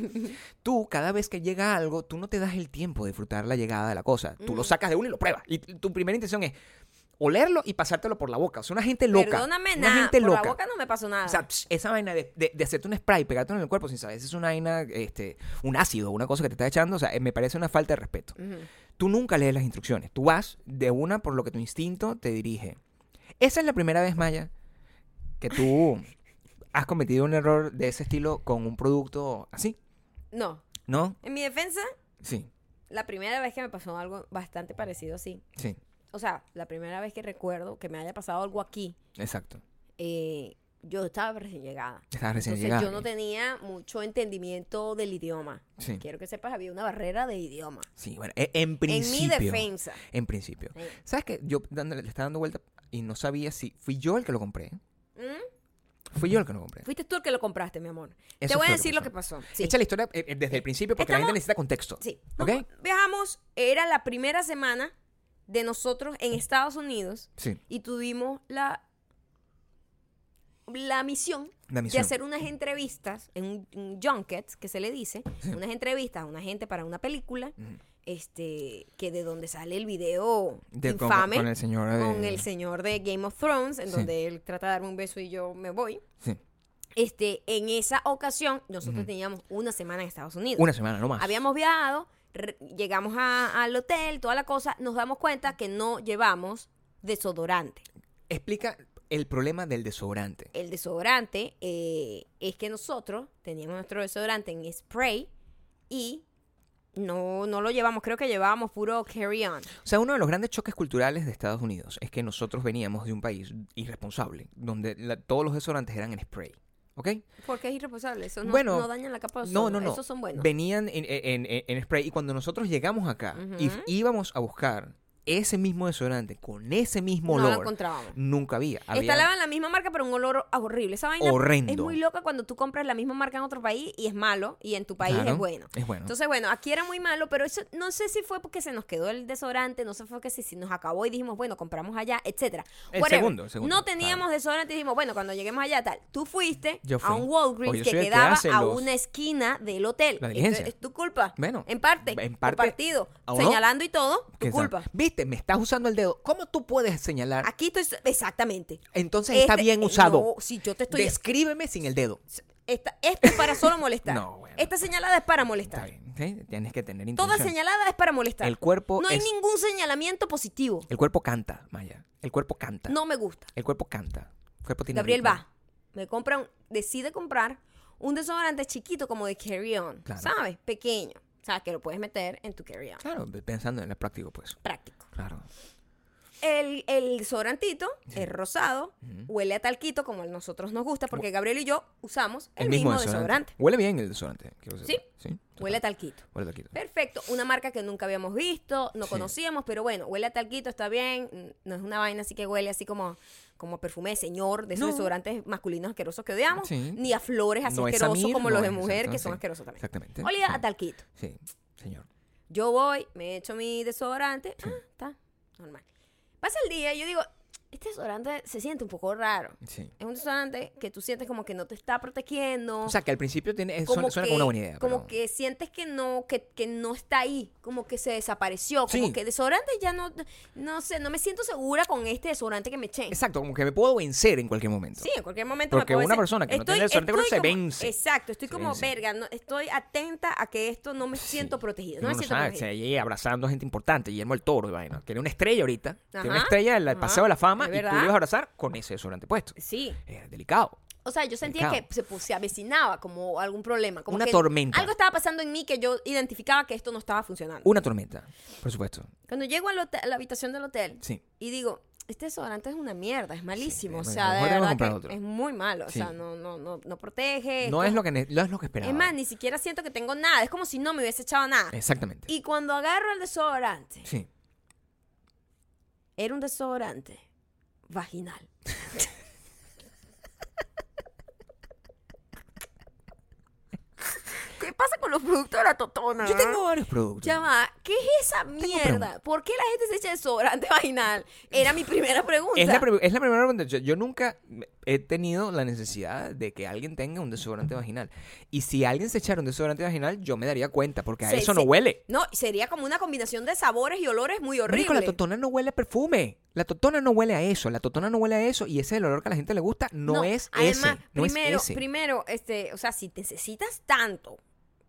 S2: tú cada vez que llega algo, tú no te das el tiempo de disfrutar la llegada de la cosa. Tú
S1: Mm.
S2: lo sacas de uno y lo pruebas. Y tu primera intención es olerlo y pasártelo por la boca. O sea, una gente loca.
S1: Perdóname,
S2: una
S1: nada.
S2: gente
S1: por
S2: loca.
S1: la boca no me pasó nada.
S2: O sea, psh, esa vaina de, de- de hacerte un spray, pegarte en el cuerpo sin saber si es una vaina, este, un ácido, una cosa que te está echando, o sea, eh, me parece una falta de respeto.
S1: Ujú.
S2: Tú nunca lees las instrucciones. Tú vas de una por lo que tu instinto te dirige. Esa es la primera vez, Maya,
S1: [LAUGHS]
S2: que tú has cometido un error de ese estilo con un producto así,
S1: No.
S2: ¿no?
S1: En mi defensa,
S2: Sí,
S1: la primera vez que me pasó algo bastante parecido así.
S2: sí,
S1: O sea, la primera vez que recuerdo que me haya pasado algo aquí,
S2: exacto.
S1: eh, yo estaba recién llegada.
S2: Estabas recién
S1: Entonces
S2: llegada.
S1: yo no tenía mucho entendimiento del idioma.
S2: Sí.
S1: Quiero que sepas, había una barrera de idioma.
S2: Sí, bueno, e- en principio.
S1: En mi defensa.
S2: En principio.
S1: Sí.
S2: ¿Sabes qué? Yo dándole- le estaba dando vuelta y no sabía si fui yo el que lo compré.
S1: ¿Mm?
S2: Fui yo el que lo compré.
S1: Fuiste tú el que lo compraste, mi amor.
S2: Eso
S1: Te voy a
S2: fue
S1: decir lo que pasó. Sí.
S2: Echa la historia eh, eh, desde el principio porque la gente necesita contexto.
S1: Sí.
S2: ¿Ok?
S1: Nos viajamos, era la primera semana de nosotros en Estados Unidos
S2: Sí.
S1: y tuvimos la la misión,
S2: La misión.
S1: de hacer unas entrevistas en un, un junket que se le dice, unas entrevistas a una gente para una película,
S2: Ujú.
S1: este que de donde sale el video
S2: De- con-
S1: infame
S2: con el señor eh, de-
S1: con el señor de Game of Thrones, en
S2: Sí.
S1: donde él trata de darme un beso y yo me voy.
S2: Sí.
S1: Este, en esa ocasión nosotros teníamos una semana en Estados Unidos.
S2: Una semana nomás.
S1: Habíamos viajado, re- llegamos a- al hotel, toda la cosa, nos damos cuenta que no llevamos desodorante.
S2: Explica el problema del desodorante.
S1: El desodorante eh, es que nosotros teníamos nuestro desodorante en spray y no, no lo llevamos, creo que llevábamos puro carry-on.
S2: O sea, uno de los grandes choques culturales de Estados Unidos es que nosotros veníamos de un país irresponsable, donde la- todos los desodorantes eran en spray. ¿Ok?
S1: Porque es irresponsable, eso no,
S2: Bueno,
S1: no daña la capa de
S2: No,
S1: ozono,
S2: no, no.
S1: esos Pues son buenos.
S2: Venían en, en- en- en spray y cuando nosotros llegamos acá y
S1: Ujú.
S2: íbamos a buscar ese mismo desodorante con ese mismo
S1: no lo
S2: olor,
S1: encontrábamos.
S2: nunca había. Había-
S1: Instalaban la misma marca, pero un olor horrible. Esa vaina
S2: Horrendo.
S1: es muy loca cuando tú compras la misma marca en otro país y es malo, y en tu país
S2: Claro,
S1: es bueno.
S2: Es bueno.
S1: Entonces, bueno, aquí era muy malo, pero eso no sé si fue porque se nos quedó el desodorante, no sé fue que si, si nos acabó y dijimos, bueno, compramos allá, etcétera.
S2: El
S1: Whatever.
S2: segundo, el segundo,
S1: No teníamos
S2: claro.
S1: desodorante y dijimos, bueno, cuando lleguemos allá, tal. Tú fuiste
S2: Yo
S1: a
S2: fui.
S1: un
S2: Oye,
S1: Walgreens
S2: yo
S1: que
S2: soy el que
S1: quedaba
S2: hace
S1: a
S2: los-
S1: una esquina del hotel.
S2: La
S1: Entonces,
S2: diligencia.
S1: es tu culpa.
S2: Bueno,
S1: en parte,
S2: en parte,
S1: compartido,
S2: ¿o no?
S1: señalando y todo, tu
S2: Que sea-
S1: culpa.
S2: Viste, me estás usando el dedo. ¿Cómo tú puedes señalar?
S1: Aquí estoy exactamente.
S2: Entonces
S1: Este-
S2: está bien
S1: eh,
S2: usado.
S1: no, si yo te estoy
S2: Descríbeme sin el dedo.
S1: Esta, esta es para
S2: [LAUGHS]
S1: solo molestar.
S2: No, bueno.
S1: Esta señalada es para
S2: Está
S1: molestar.
S2: bien, ¿sí? Tienes que tener intención.
S1: Toda señalada es para molestar.
S2: El cuerpo
S1: No hay
S2: es-
S1: ningún señalamiento positivo.
S2: El cuerpo canta, Maya. El cuerpo canta.
S1: No me gusta.
S2: El cuerpo canta. El cuerpo tiene
S1: Gabriel
S2: ritmo.
S1: va. Me compra un- decide comprar un desodorante chiquito como de carry on.
S2: Claro.
S1: ¿Sabes? Pequeño. O sea, que lo puedes meter en tu carry on.
S2: Claro, pensando en el práctico, pues.
S1: Práctico.
S2: Claro.
S1: El, el desodorantito es rosado, huele a talquito como a nosotros nos gusta, porque Gabriel y yo usamos el, mismo, desodorante.
S2: Huele bien el desodorante. quiero decir. Sí. total.
S1: Huele a talquito.
S2: Huele taquito.
S1: Perfecto, una marca que nunca habíamos visto, no
S2: Sí.
S1: conocíamos, pero bueno, huele a talquito, está bien, n- no es una vaina así que huele así como, como perfume de señor, de esos
S2: No.
S1: desodorantes masculinos asquerosos que odiamos,
S2: Sí.
S1: ni a flores así
S2: No es
S1: asquerosos
S2: Samir,
S1: como
S2: no
S1: los de
S2: es,
S1: mujer,
S2: exacto,
S1: que son
S2: sí.
S1: asquerosos también.
S2: Exactamente.
S1: Olía a
S2: Sí.
S1: talquito.
S2: Sí, señor.
S1: Yo voy, me echo mi desodorante, ah, está normal. Pasa el día y yo digo, este desodorante se siente un poco raro.
S2: Sí.
S1: Es un desodorante que tú sientes como que no te está protegiendo
S2: O sea, que al principio tiene, Eh, suena, suena como una buena idea.
S1: como
S2: pero-
S1: que sientes que no que, que no está ahí como que se desapareció como
S2: Sí.
S1: que desodorante ya no no sé no me siento segura con este desodorante que me eché
S2: Exacto, como que me puedo vencer en cualquier momento.
S1: sí en cualquier momento me
S2: Porque
S1: puedo
S2: una
S1: decir,
S2: persona que no tiene desodorante, creo que se
S1: como-
S2: vence.
S1: exacto estoy
S2: Se
S1: como
S2: vence.
S1: verga no- estoy atenta a que esto no me siento protegida no
S2: Uno
S1: me
S2: no
S1: siento
S2: sabe,
S1: protegida
S2: se ahí abrazando a gente importante, Guillermo el Toro y vaina. Tiene una estrella ahorita, tiene una
S1: Ajá,
S2: estrella del
S1: ajá,
S2: Paseo de la Fama
S1: es
S2: y tú le
S1: verdad.
S2: ibas a abrazar con ese desodorante puesto.
S1: sí
S2: Es delicado.
S1: o sea yo sentía que se,
S2: Delicado.
S1: pu- se avecinaba como algún problema como
S2: Una
S1: que
S2: tormenta.
S1: algo estaba pasando en mí que yo identificaba que esto no estaba funcionando
S2: Una tormenta, por supuesto.
S1: cuando llego al hotel- a la habitación del hotel
S2: Sí.
S1: y digo este desodorante es una mierda, es malísimo.
S2: Sí,
S1: o
S2: bueno,
S1: sea, de
S2: mejor tenemos que
S1: verdad que
S2: comprar otro.
S1: es muy malo.
S2: Sí.
S1: O sea, no, no, no, no protege.
S2: No
S1: esto-
S2: es lo que, ne- no es lo que esperaba.
S1: Es más, ni siquiera siento que tengo nada. Es como si no me hubiese echado nada.
S2: Exactamente.
S1: Y cuando agarro el desodorante,
S2: Sí.
S1: era un desodorante vaginal. [LAUGHS] ¿Qué pasa con los productos de la totona?
S2: Yo tengo varios productos.
S1: Ya va, ¿qué es esa mierda?
S2: preguntas.
S1: ¿Por qué la gente se echa desodorante [LAUGHS] vaginal? Era mi primera pregunta.
S2: Es la, pri- es la primera pregunta. Yo, yo nunca he tenido la necesidad de que alguien tenga un desodorante vaginal. Y si alguien se echara un desodorante vaginal, yo me daría cuenta, porque a
S1: Se-
S2: eso
S1: se-
S2: no huele.
S1: No, sería como una combinación de sabores y olores muy horrible.
S2: Marico, la totona no huele a perfume. La totona no huele a eso. La totona no huele a eso. Y ese es el olor que a la gente le gusta. No, es
S1: además,
S2: ese. No es
S1: primero,
S2: ese.
S1: primero, este, o sea, si necesitas tanto,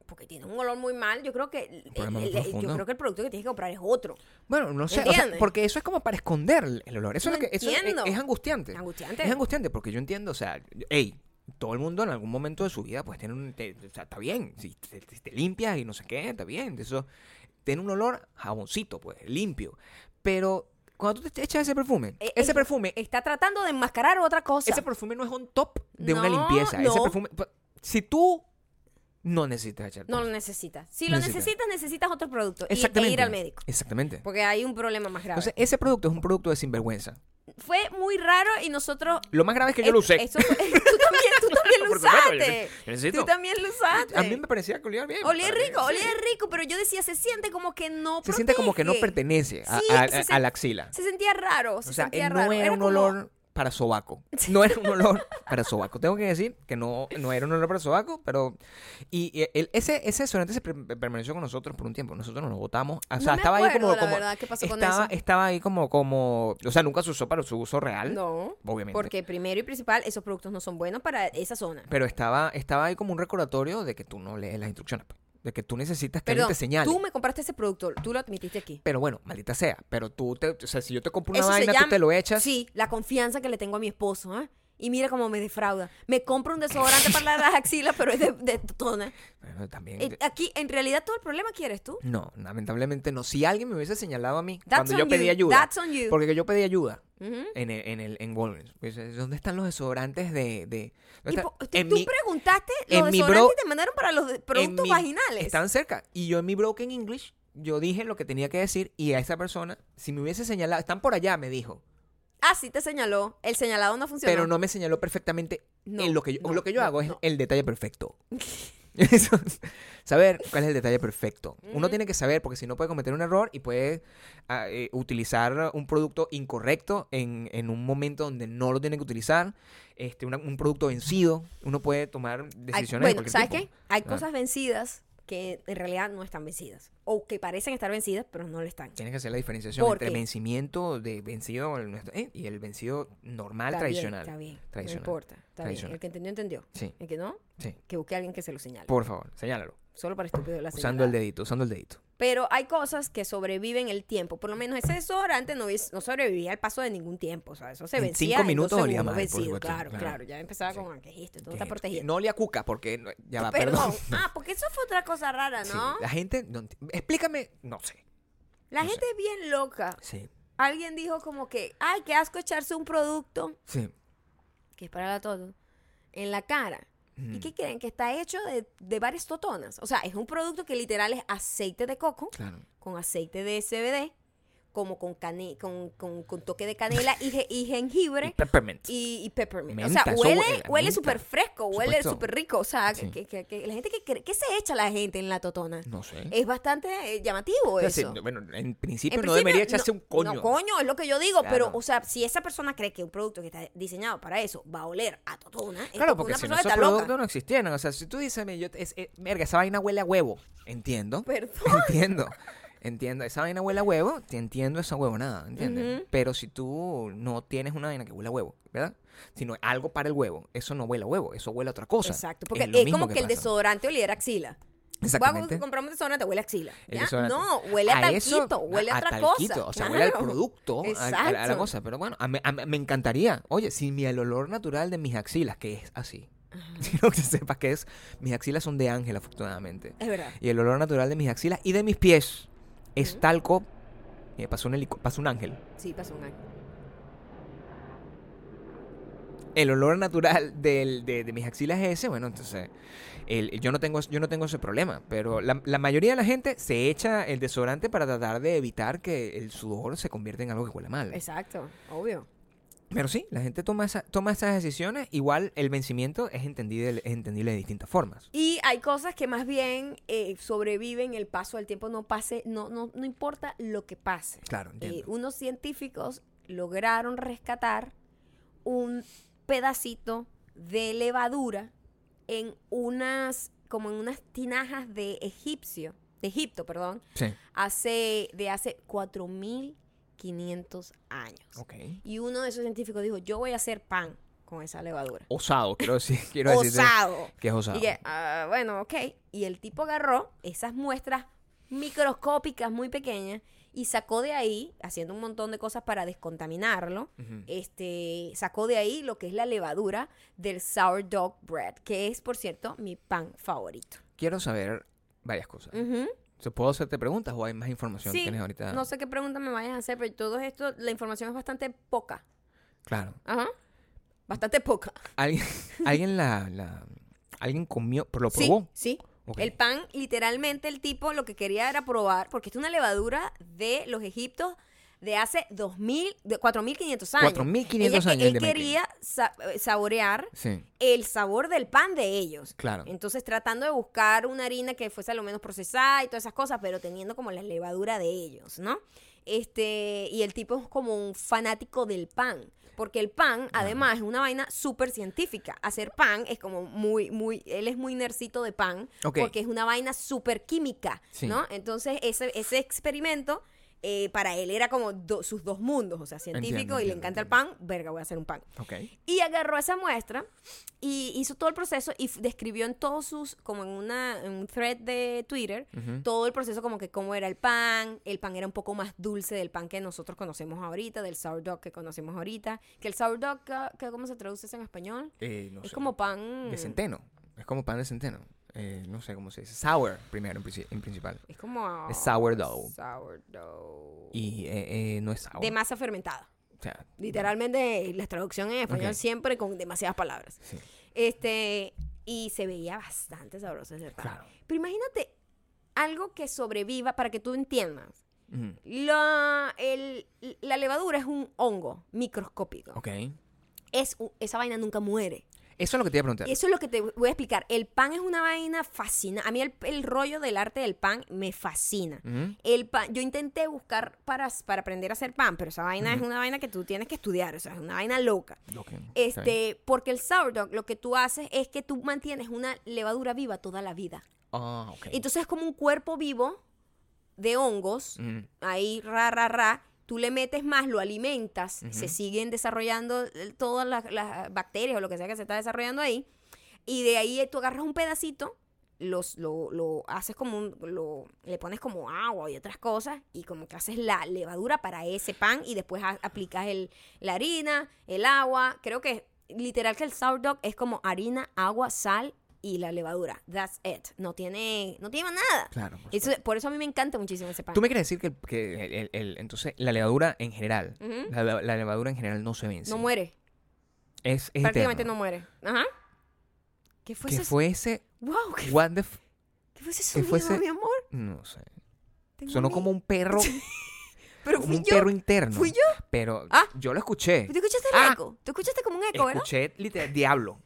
S1: porque tiene un olor muy mal, yo creo que el-
S2: problema
S1: el-
S2: muy
S1: el- yo
S2: profundo.
S1: creo que el producto que tienes que comprar es otro.
S2: Bueno, no sé. o sea,
S1: ¿Entiendes?
S2: porque eso es como para esconder el olor. Eso,
S1: No
S2: es, lo que, eso es-
S1: entiendo.
S2: es angustiante.
S1: Angustiante.
S2: Es angustiante porque yo entiendo, o sea, hey, todo el mundo en algún momento de su vida pues tiene un... te- o sea, está bien. Si te, te- te limpias y no sé qué, está bien. Eso tiene un olor jaboncito, pues, limpio. Pero cuando tú te echas ese perfume,
S1: Eh,
S2: ese
S1: eh,
S2: perfume
S1: Está tratando de enmascarar otra cosa.
S2: Ese perfume no es on top de una
S1: No,
S2: limpieza. Ese
S1: no.
S2: perfume. pa- Si tú no necesitas echarte.
S1: No lo necesitas. Si lo
S2: Necesita.
S1: necesitas, necesitas otro producto. y-
S2: Exactamente.
S1: E ir al médico.
S2: Exactamente.
S1: Porque hay un problema más grave.
S2: Entonces, ese producto es un producto de sinvergüenza.
S1: fue muy raro y nosotros...
S2: Lo más grave es que yo lo
S1: Eh,
S2: usé.
S1: eso fue- [LAUGHS] tú también, tú también lo
S2: [LAUGHS] Por supuesto, yo
S1: usaste.
S2: yo necesito.
S1: Tú también lo usaste.
S2: A mí me parecía que olía bien.
S1: Olía
S2: Para mí,
S1: rico,
S2: sí.
S1: olía rico, pero yo decía, se siente como que no
S2: Se siente como que no
S1: protege.
S2: pertenece a,
S1: Sí,
S2: a-
S1: se
S2: a-
S1: se-
S2: a la axila.
S1: Se sentía raro, se
S2: O sea,
S1: sentía
S2: él
S1: raro.
S2: no era, un
S1: como-
S2: olor
S1: [LAUGHS]
S2: para sobaco. No era un olor para sobaco. Tengo que decir que no, no era un olor para sobaco, pero. Y, y el- ese, ese desodorante se pre- permaneció con nosotros por un tiempo. Nosotros nos lo botamos. O sea,
S1: me
S2: estaba ahí
S1: acuerdo,
S2: como.
S1: la
S2: como-
S1: verdad, qué pasó con
S2: estaba,
S1: eso.
S2: estaba ahí como, como. O sea, nunca se usó para su uso real.
S1: No,
S2: Obviamente.
S1: porque primero y principal, esos productos no son buenos para esa zona.
S2: Pero estaba, estaba ahí como un recordatorio de que tú no lees las instrucciones. pues. De que tú necesitas que
S1: Perdón,
S2: alguien te señale.
S1: tú me compraste ese producto, tú lo admitiste aquí.
S2: Pero bueno, maldita sea. Pero tú, te, o sea, si yo te compro una
S1: Eso se
S2: vaina,
S1: llama-
S2: tú te lo echas.
S1: Sí, la confianza que le tengo a mi esposo, ¿ah? Y mira cómo me defrauda. Me compro un desodorante para [LAUGHS] las axilas, pero es de, de totona.
S2: Bueno, también.
S1: Eh, Aquí, en realidad, todo el problema aquí eres tú.
S2: No, lamentablemente no. Si alguien me hubiese señalado a mí
S1: That's
S2: cuando
S1: on
S2: yo
S1: you,
S2: pedí ayuda.
S1: that's on you.
S2: Porque yo pedí ayuda
S1: Ujú.
S2: en el, en el en Walgreens. Pues, ¿Dónde están los desodorantes de,
S1: Y
S2: de- dónde
S1: po-
S2: está-
S1: tú
S2: en
S1: tú
S2: mi-
S1: preguntaste,
S2: en
S1: los
S2: mi bro-
S1: desodorantes te mandaron para los de-
S2: en
S1: productos
S2: mi-
S1: vaginales.
S2: Estaban cerca. Y yo en mi broken English, yo dije lo que tenía que decir. Y a esa persona, si me hubiese señalado, están por allá, me dijo.
S1: Ah, sí te señaló. El señalado no funcionó.
S2: Pero no me señaló perfectamente
S1: No,
S2: en lo que yo,
S1: no,
S2: lo que yo
S1: no,
S2: hago es
S1: no.
S2: el detalle perfecto.
S1: [LAUGHS]
S2: Eso es- saber cuál es el detalle perfecto. Uno tiene que saber porque si no puede cometer un error y puede ah, eh, utilizar un producto incorrecto en, en un momento donde no lo tiene que utilizar. Este, una- un producto vencido, uno puede tomar
S1: Hay-
S2: decisiones. de
S1: bueno,
S2: cualquier
S1: ¿sabes
S2: tipo.
S1: qué? Hay
S2: Ah.
S1: cosas vencidas que en realidad no están vencidas. O que parecen estar vencidas, pero no lo están.
S2: Tienes que hacer la diferenciación
S1: ¿Por
S2: entre
S1: qué?
S2: vencimiento de vencido el nuestro- eh, y el vencido normal
S1: Está bien,
S2: tradicional.
S1: está bien.
S2: Tradicional.
S1: No importa. Está bien.
S2: Tradicional.
S1: El que entendió, entendió.
S2: Sí,
S1: El que no,
S2: sí.
S1: que busque a alguien que se lo señale.
S2: Por favor, señálalo.
S1: Solo para estúpido la
S2: Usando el
S1: señalada.
S2: dedito, usando el dedito.
S1: Pero hay cosas que sobreviven el tiempo. Por lo menos ese desodorante no, es- no sobrevivía al paso de ningún tiempo. O sea, eso se
S2: En
S1: vencía.
S2: cinco
S1: en dos
S2: minutos olía
S1: segundos
S2: mal, por
S1: vencido.
S2: supuesto,
S1: Claro, claro,
S2: claro.
S1: Ya empezaba
S2: Sí.
S1: con "Ah, ¿qué es esto? Tú no
S2: Que
S1: estás protegido.
S2: No olía a cuca porque no- ya va,
S1: perdón.
S2: perdón.
S1: Ah, porque eso fue otra cosa rara,
S2: Sí,
S1: [LAUGHS] ¿no?
S2: la gente no ent- explícame, no sé.
S1: la
S2: no
S1: gente es bien loca.
S2: Sí.
S1: Alguien dijo como que, ay, qué asco echarse un producto,
S2: Sí.
S1: que es para la todo, en la cara. ¿Y
S2: Ujú.
S1: qué creen? Que está hecho de, de varias totonas. O sea, es un producto que literal es aceite de coco
S2: Claro.
S1: con aceite de CBD, como con, cane- con, con- con toque de canela y, ge- y jengibre.
S2: Y peppermint.
S1: y, y peppermint. o
S2: Menta,
S1: sea,
S2: eso
S1: huele,
S2: huele a
S1: huele
S2: menta.
S1: súper fresco, huele
S2: Supuesto.
S1: súper rico. O sea, que-
S2: Sí.
S1: que, que- que la gente que cree- ¿qué se echa la gente en la totona.
S2: No sé.
S1: Es bastante eh, llamativo
S2: O sea,
S1: eso.
S2: sí, no, bueno, en principio
S1: En
S2: no
S1: principio,
S2: debería echarse
S1: no-
S2: un coño.
S1: No, coño, es lo que yo digo,
S2: Claro.
S1: pero, o sea, si esa persona cree que un producto que está diseñado para eso va a oler a totona, es
S2: Claro,
S1: porque
S2: porque
S1: una
S2: si
S1: persona
S2: no esos
S1: está
S2: productos
S1: loca.
S2: no existieran. O sea, si tú dices, "Mira, yo, te- es, eh, verga, esa vaina huele a huevo. Entiendo.
S1: Perdón.
S2: [LAUGHS] Entiendo. Entiendo, esa vaina huele a huevo, te entiendo esa huevonada, ¿entiendes?
S1: Ujú.
S2: Pero si tú no tienes una vaina que huele a huevo, ¿verdad? Sino algo para el huevo, eso no huele a huevo, eso huele a otra cosa.
S1: Exacto, porque es,
S2: lo mismo
S1: como que, el
S2: pasa.
S1: desodorante oliera a axila.
S2: Exactamente.
S1: Vamos, compramos desodorante, huele a axila.
S2: El
S1: ¿ya?
S2: desodorante.
S1: No, huele a,
S2: eso,
S1: talquito, huele a, otra cosa.
S2: talquito, O sea, huele al
S1: claro.
S2: producto, a- a, a la
S1: Exacto.
S2: cosa. Pero bueno, a mí- a mí- me encantaría. Oye, si mi el olor natural de mis axilas, que es así, [LAUGHS] quiero que sepas que es, mis axilas son de ángel, afortunadamente.
S1: Es verdad.
S2: Y el olor natural de mis axilas y de mis eh, pies es talco. Mira, pasó un, helico- pasó un ángel.
S1: Sí, pasó un año.
S2: el olor natural del- de, de mis axilas es ese, bueno, entonces el- yo, no tengo, yo no tengo ese problema. Pero la, la mayoría de la gente se echa el desodorante para tratar de evitar que el sudor se convierta en algo que huele mal.
S1: Exacto, obvio.
S2: Pero sí, la gente toma, esa- toma esas decisiones. Igual el vencimiento es entendible, es entendible de distintas formas.
S1: Y hay cosas que más bien eh, sobreviven el paso del tiempo, no pase, no, no, no importa lo que pase.
S2: Claro,
S1: Eh,
S2: entiendo.
S1: unos científicos lograron rescatar un pedacito de levadura en unas, como en unas tinajas de egipcio, de Egipto, perdón,
S2: Sí.
S1: hace, de hace 4.500 años.
S2: Ok.
S1: Y uno de esos científicos dijo, yo voy a hacer pan con esa levadura.
S2: Osado, quiero decir. [LAUGHS] Quiero decirte
S1: Osado.
S2: que es osado.
S1: Y que, ah, bueno, ok. Y el tipo agarró esas muestras microscópicas muy pequeñas y sacó de ahí, haciendo un montón de cosas para descontaminarlo,
S2: Ujú.
S1: este, sacó de ahí lo que es la levadura del sourdough bread, que es, por cierto, mi pan favorito.
S2: Quiero saber varias cosas.
S1: Ujú.
S2: ¿Se ¿Puedo hacerte preguntas o hay más información que
S1: Sí,
S2: tienes ahorita?
S1: no sé qué pregunta me vayas a hacer, pero todo esto, la información es bastante poca.
S2: Claro.
S1: Ajá. Bastante poca.
S2: ¿Alguien, [LAUGHS] alguien la, la- Alguien comió... ¿Lo
S1: Sí,
S2: ¿Ah, probó?
S1: sí.
S2: Ok.
S1: El pan, literalmente, el tipo lo que quería era probar, porque esta es una levadura de los egiptos de hace 2000, de 4500 años.
S2: 4500
S1: Ella que-
S2: años
S1: Él
S2: de making.
S1: quería sa- eh, saborear
S2: Sí.
S1: el sabor del pan de ellos.
S2: Claro.
S1: Entonces, tratando de buscar una harina que fuese a lo menos procesada y todas esas cosas, pero teniendo como la levadura de ellos, ¿no? Este, y el tipo es como un fanático del pan. Porque el pan, además, es una vaina súper científica. Hacer pan es como muy, muy. Él es muy nercito de pan.
S2: Ok.
S1: Porque es una vaina súper química,
S2: Sí.
S1: ¿no? Entonces, ese, ese experimento. eh, para él era como do- sus dos mundos, o sea, científico y le
S2: entiendo,
S1: encanta el pan, verga, voy a hacer un pan.
S2: Ok.
S1: Y agarró esa muestra y hizo todo el proceso y f- describió en todos sus, como en, una, en un thread de Twitter,
S2: Ujú.
S1: todo el proceso como que cómo era el pan, el pan era un poco más dulce del pan que nosotros conocemos ahorita, del sourdough que conocemos ahorita, que el sourdough, ca- que, ¿cómo se traduce eso en español?
S2: Eh, no
S1: es
S2: sé.
S1: como pan...
S2: De centeno. Es como pan de centeno. Eh, no sé cómo se dice. Sour primero, en, princi- en principal.
S1: Ah, Es como...
S2: Es sourdough.
S1: sourdough.
S2: Y eh, eh, no es sour.
S1: De masa fermentada.
S2: O sea,
S1: Literalmente la traducción en español
S2: Ok.
S1: siempre con demasiadas palabras.
S2: sí.
S1: Este, y se veía bastante sabroso ese pan.
S2: Claro.
S1: Pero imagínate algo que sobreviva para que tú entiendas.
S2: Ujú.
S1: La, el- la levadura es un hongo microscópico.
S2: Ok.
S1: Es, u- esa vaina nunca muere.
S2: Eso es lo que te iba a preguntar.
S1: Y eso es lo que te voy a explicar. El pan es una vaina fascinante. A mí el, el rollo del arte del pan me fascina.
S2: Ujú.
S1: El pan, yo intenté buscar para, para aprender a hacer pan, pero esa vaina es una vaina que tú tienes que estudiar, o sea, es una vaina loca.
S2: Ok, está bien.
S1: Este, porque el sourdough lo que tú haces es que tú mantienes una levadura viva toda la vida.
S2: Ah, ok.
S1: Entonces es como un cuerpo vivo de hongos,
S2: Ujú.
S1: ahí ra, ra, ra. Tú le metes más, lo alimentas, se
S2: Ujú.
S1: siguen desarrollando eh, todas las, las bacterias o lo que sea que se está desarrollando ahí. Y de ahí eh, tú agarras un pedacito, los, lo, lo haces como un. Lo, le pones como agua y otras cosas, y como que haces la levadura para ese pan, y después a- aplicas el, la harina, el agua. Creo que literal que el sourdough es como harina, agua, sal y la levadura. That's it. No tiene, no tiene más nada.
S2: Claro. por
S1: Eso- por eso a mí me encanta muchísimo ese pan.
S2: Tú me quieres decir que, que el- el- el- entonces la levadura en general,
S1: Ujú.
S2: la, la- la levadura en general no se vence.
S1: No muere.
S2: Es, es
S1: Prácticamente
S2: eterno.
S1: no muere. Ajá. ¿Qué fue
S2: Que
S1: ese?
S2: fuese
S1: Wow, ¿qué,
S2: what the f-
S1: qué fue ese sonido,
S2: fuese-
S1: mi amor?
S2: no sé.
S1: Tengo
S2: Sonó
S1: mi-
S2: como
S1: [LAUGHS]
S2: un perro,
S1: Pero
S2: como
S1: fui
S2: un
S1: yo.
S2: perro interno.
S1: Fui yo.
S2: Pero
S1: Ah.
S2: yo lo escuché.
S1: ¿Tú escuchaste el
S2: Ah.
S1: eco? ¿Tú escuchaste como un eco, verdad?
S2: Escuché literal diablo.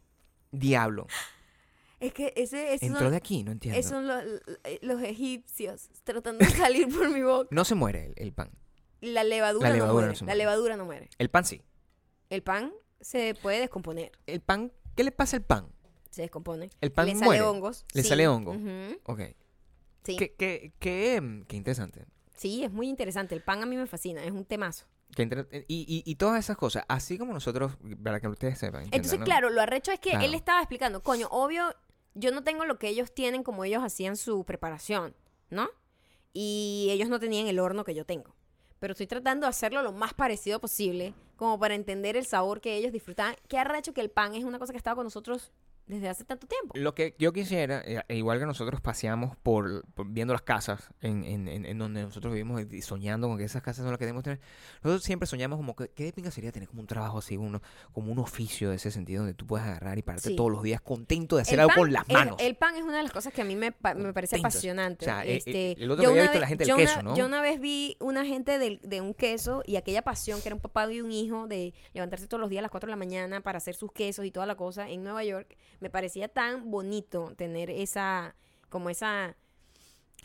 S2: Diablo.
S1: Ah, Es que ese, esos
S2: Entró
S1: son,
S2: de aquí, no entiendo.
S1: esos son los, los egipcios tratando de salir por mi boca.
S2: No se muere el, el pan.
S1: La levadura,
S2: La
S1: no
S2: levadura
S1: muere.
S2: no se
S1: la
S2: muere.
S1: levadura no muere.
S2: El pan sí.
S1: El pan se puede descomponer.
S2: El pan, ¿qué le pasa al pan?
S1: Se descompone.
S2: El pan
S1: Le sale
S2: muere.
S1: hongos.
S2: Le
S1: sí.
S2: sale hongo.
S1: Ujú,
S2: Ok.
S1: Sí.
S2: Qué, qué- qué, em, qué interesante.
S1: sí, es muy interesante. El pan a mí me fascina. Es un temazo.
S2: Qué inter- y, y- y todas esas cosas, así como nosotros, para que ustedes sepan. entiendan,
S1: Entonces,
S2: ¿no?
S1: claro, lo arrecho es que él
S2: Claro.
S1: estaba explicando, coño, obvio, yo no tengo lo que ellos tienen como ellos hacían su preparación, ¿no? Y ellos no tenían el horno que yo tengo. Pero estoy tratando de hacerlo lo más parecido posible, como para entender el sabor que ellos disfrutaban. Qué arrecho que el pan es una cosa que estaba con nosotros desde hace tanto tiempo.
S2: Lo que yo quisiera, eh, e igual que nosotros paseamos por, por viendo las casas en, en- en- en donde nosotros vivimos y soñando con que esas casas son las que debemos tener, nosotros siempre soñamos como que, qué de pinga sería tener como un trabajo así, uno, como un oficio de ese sentido donde tú puedes agarrar y pararte
S1: Sí.
S2: todos los días contento de hacer
S1: El
S2: algo
S1: pan
S2: con las
S1: es-
S2: manos.
S1: El, pan es una de las cosas que a mí me, pa- me parece
S2: Contento.
S1: apasionante.
S2: O sea, eh,
S1: Este,
S2: eh, el otro
S1: yo
S2: que
S1: una
S2: había visto la
S1: vez-
S2: gente del
S1: yo
S2: queso,
S1: una-
S2: ¿no?
S1: Yo una vez vi una gente del- de un queso y aquella pasión que era un papá y un hijo de levantarse todos los días a las 4 de la mañana para hacer sus quesos y toda la cosa en Nueva York. Me parecía tan bonito tener esa, como esa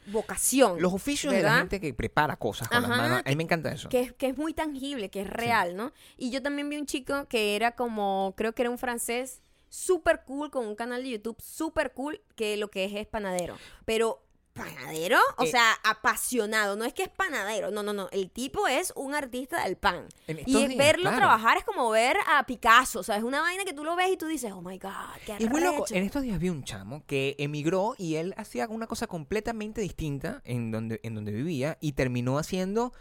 S1: vocación.
S2: los oficios de la
S1: ¿verdad?
S2: gente que prepara cosas con las
S1: Ajá,
S2: manos, a mí me encanta eso.
S1: que es, que es muy tangible, que es real, ¿no? Y yo también vi un chico que era como, creo que era un francés súper cool, con un canal de YouTube súper cool, que lo que es es panadero. Pero, ¿panadero? O
S2: Eh.
S1: sea, apasionado. No es que es panadero, no, no, no. El tipo es un artista del pan.
S2: En estos
S1: Y
S2: días,
S1: verlo
S2: claro.
S1: trabajar es como ver a Picasso, o sea, es una vaina que tú lo ves y tú dices, oh my God, qué
S2: Y muy loco,
S1: arrecho.
S2: en estos días vi un chamo que emigró y él hacía una cosa completamente distinta en donde, en donde vivía y terminó haciendo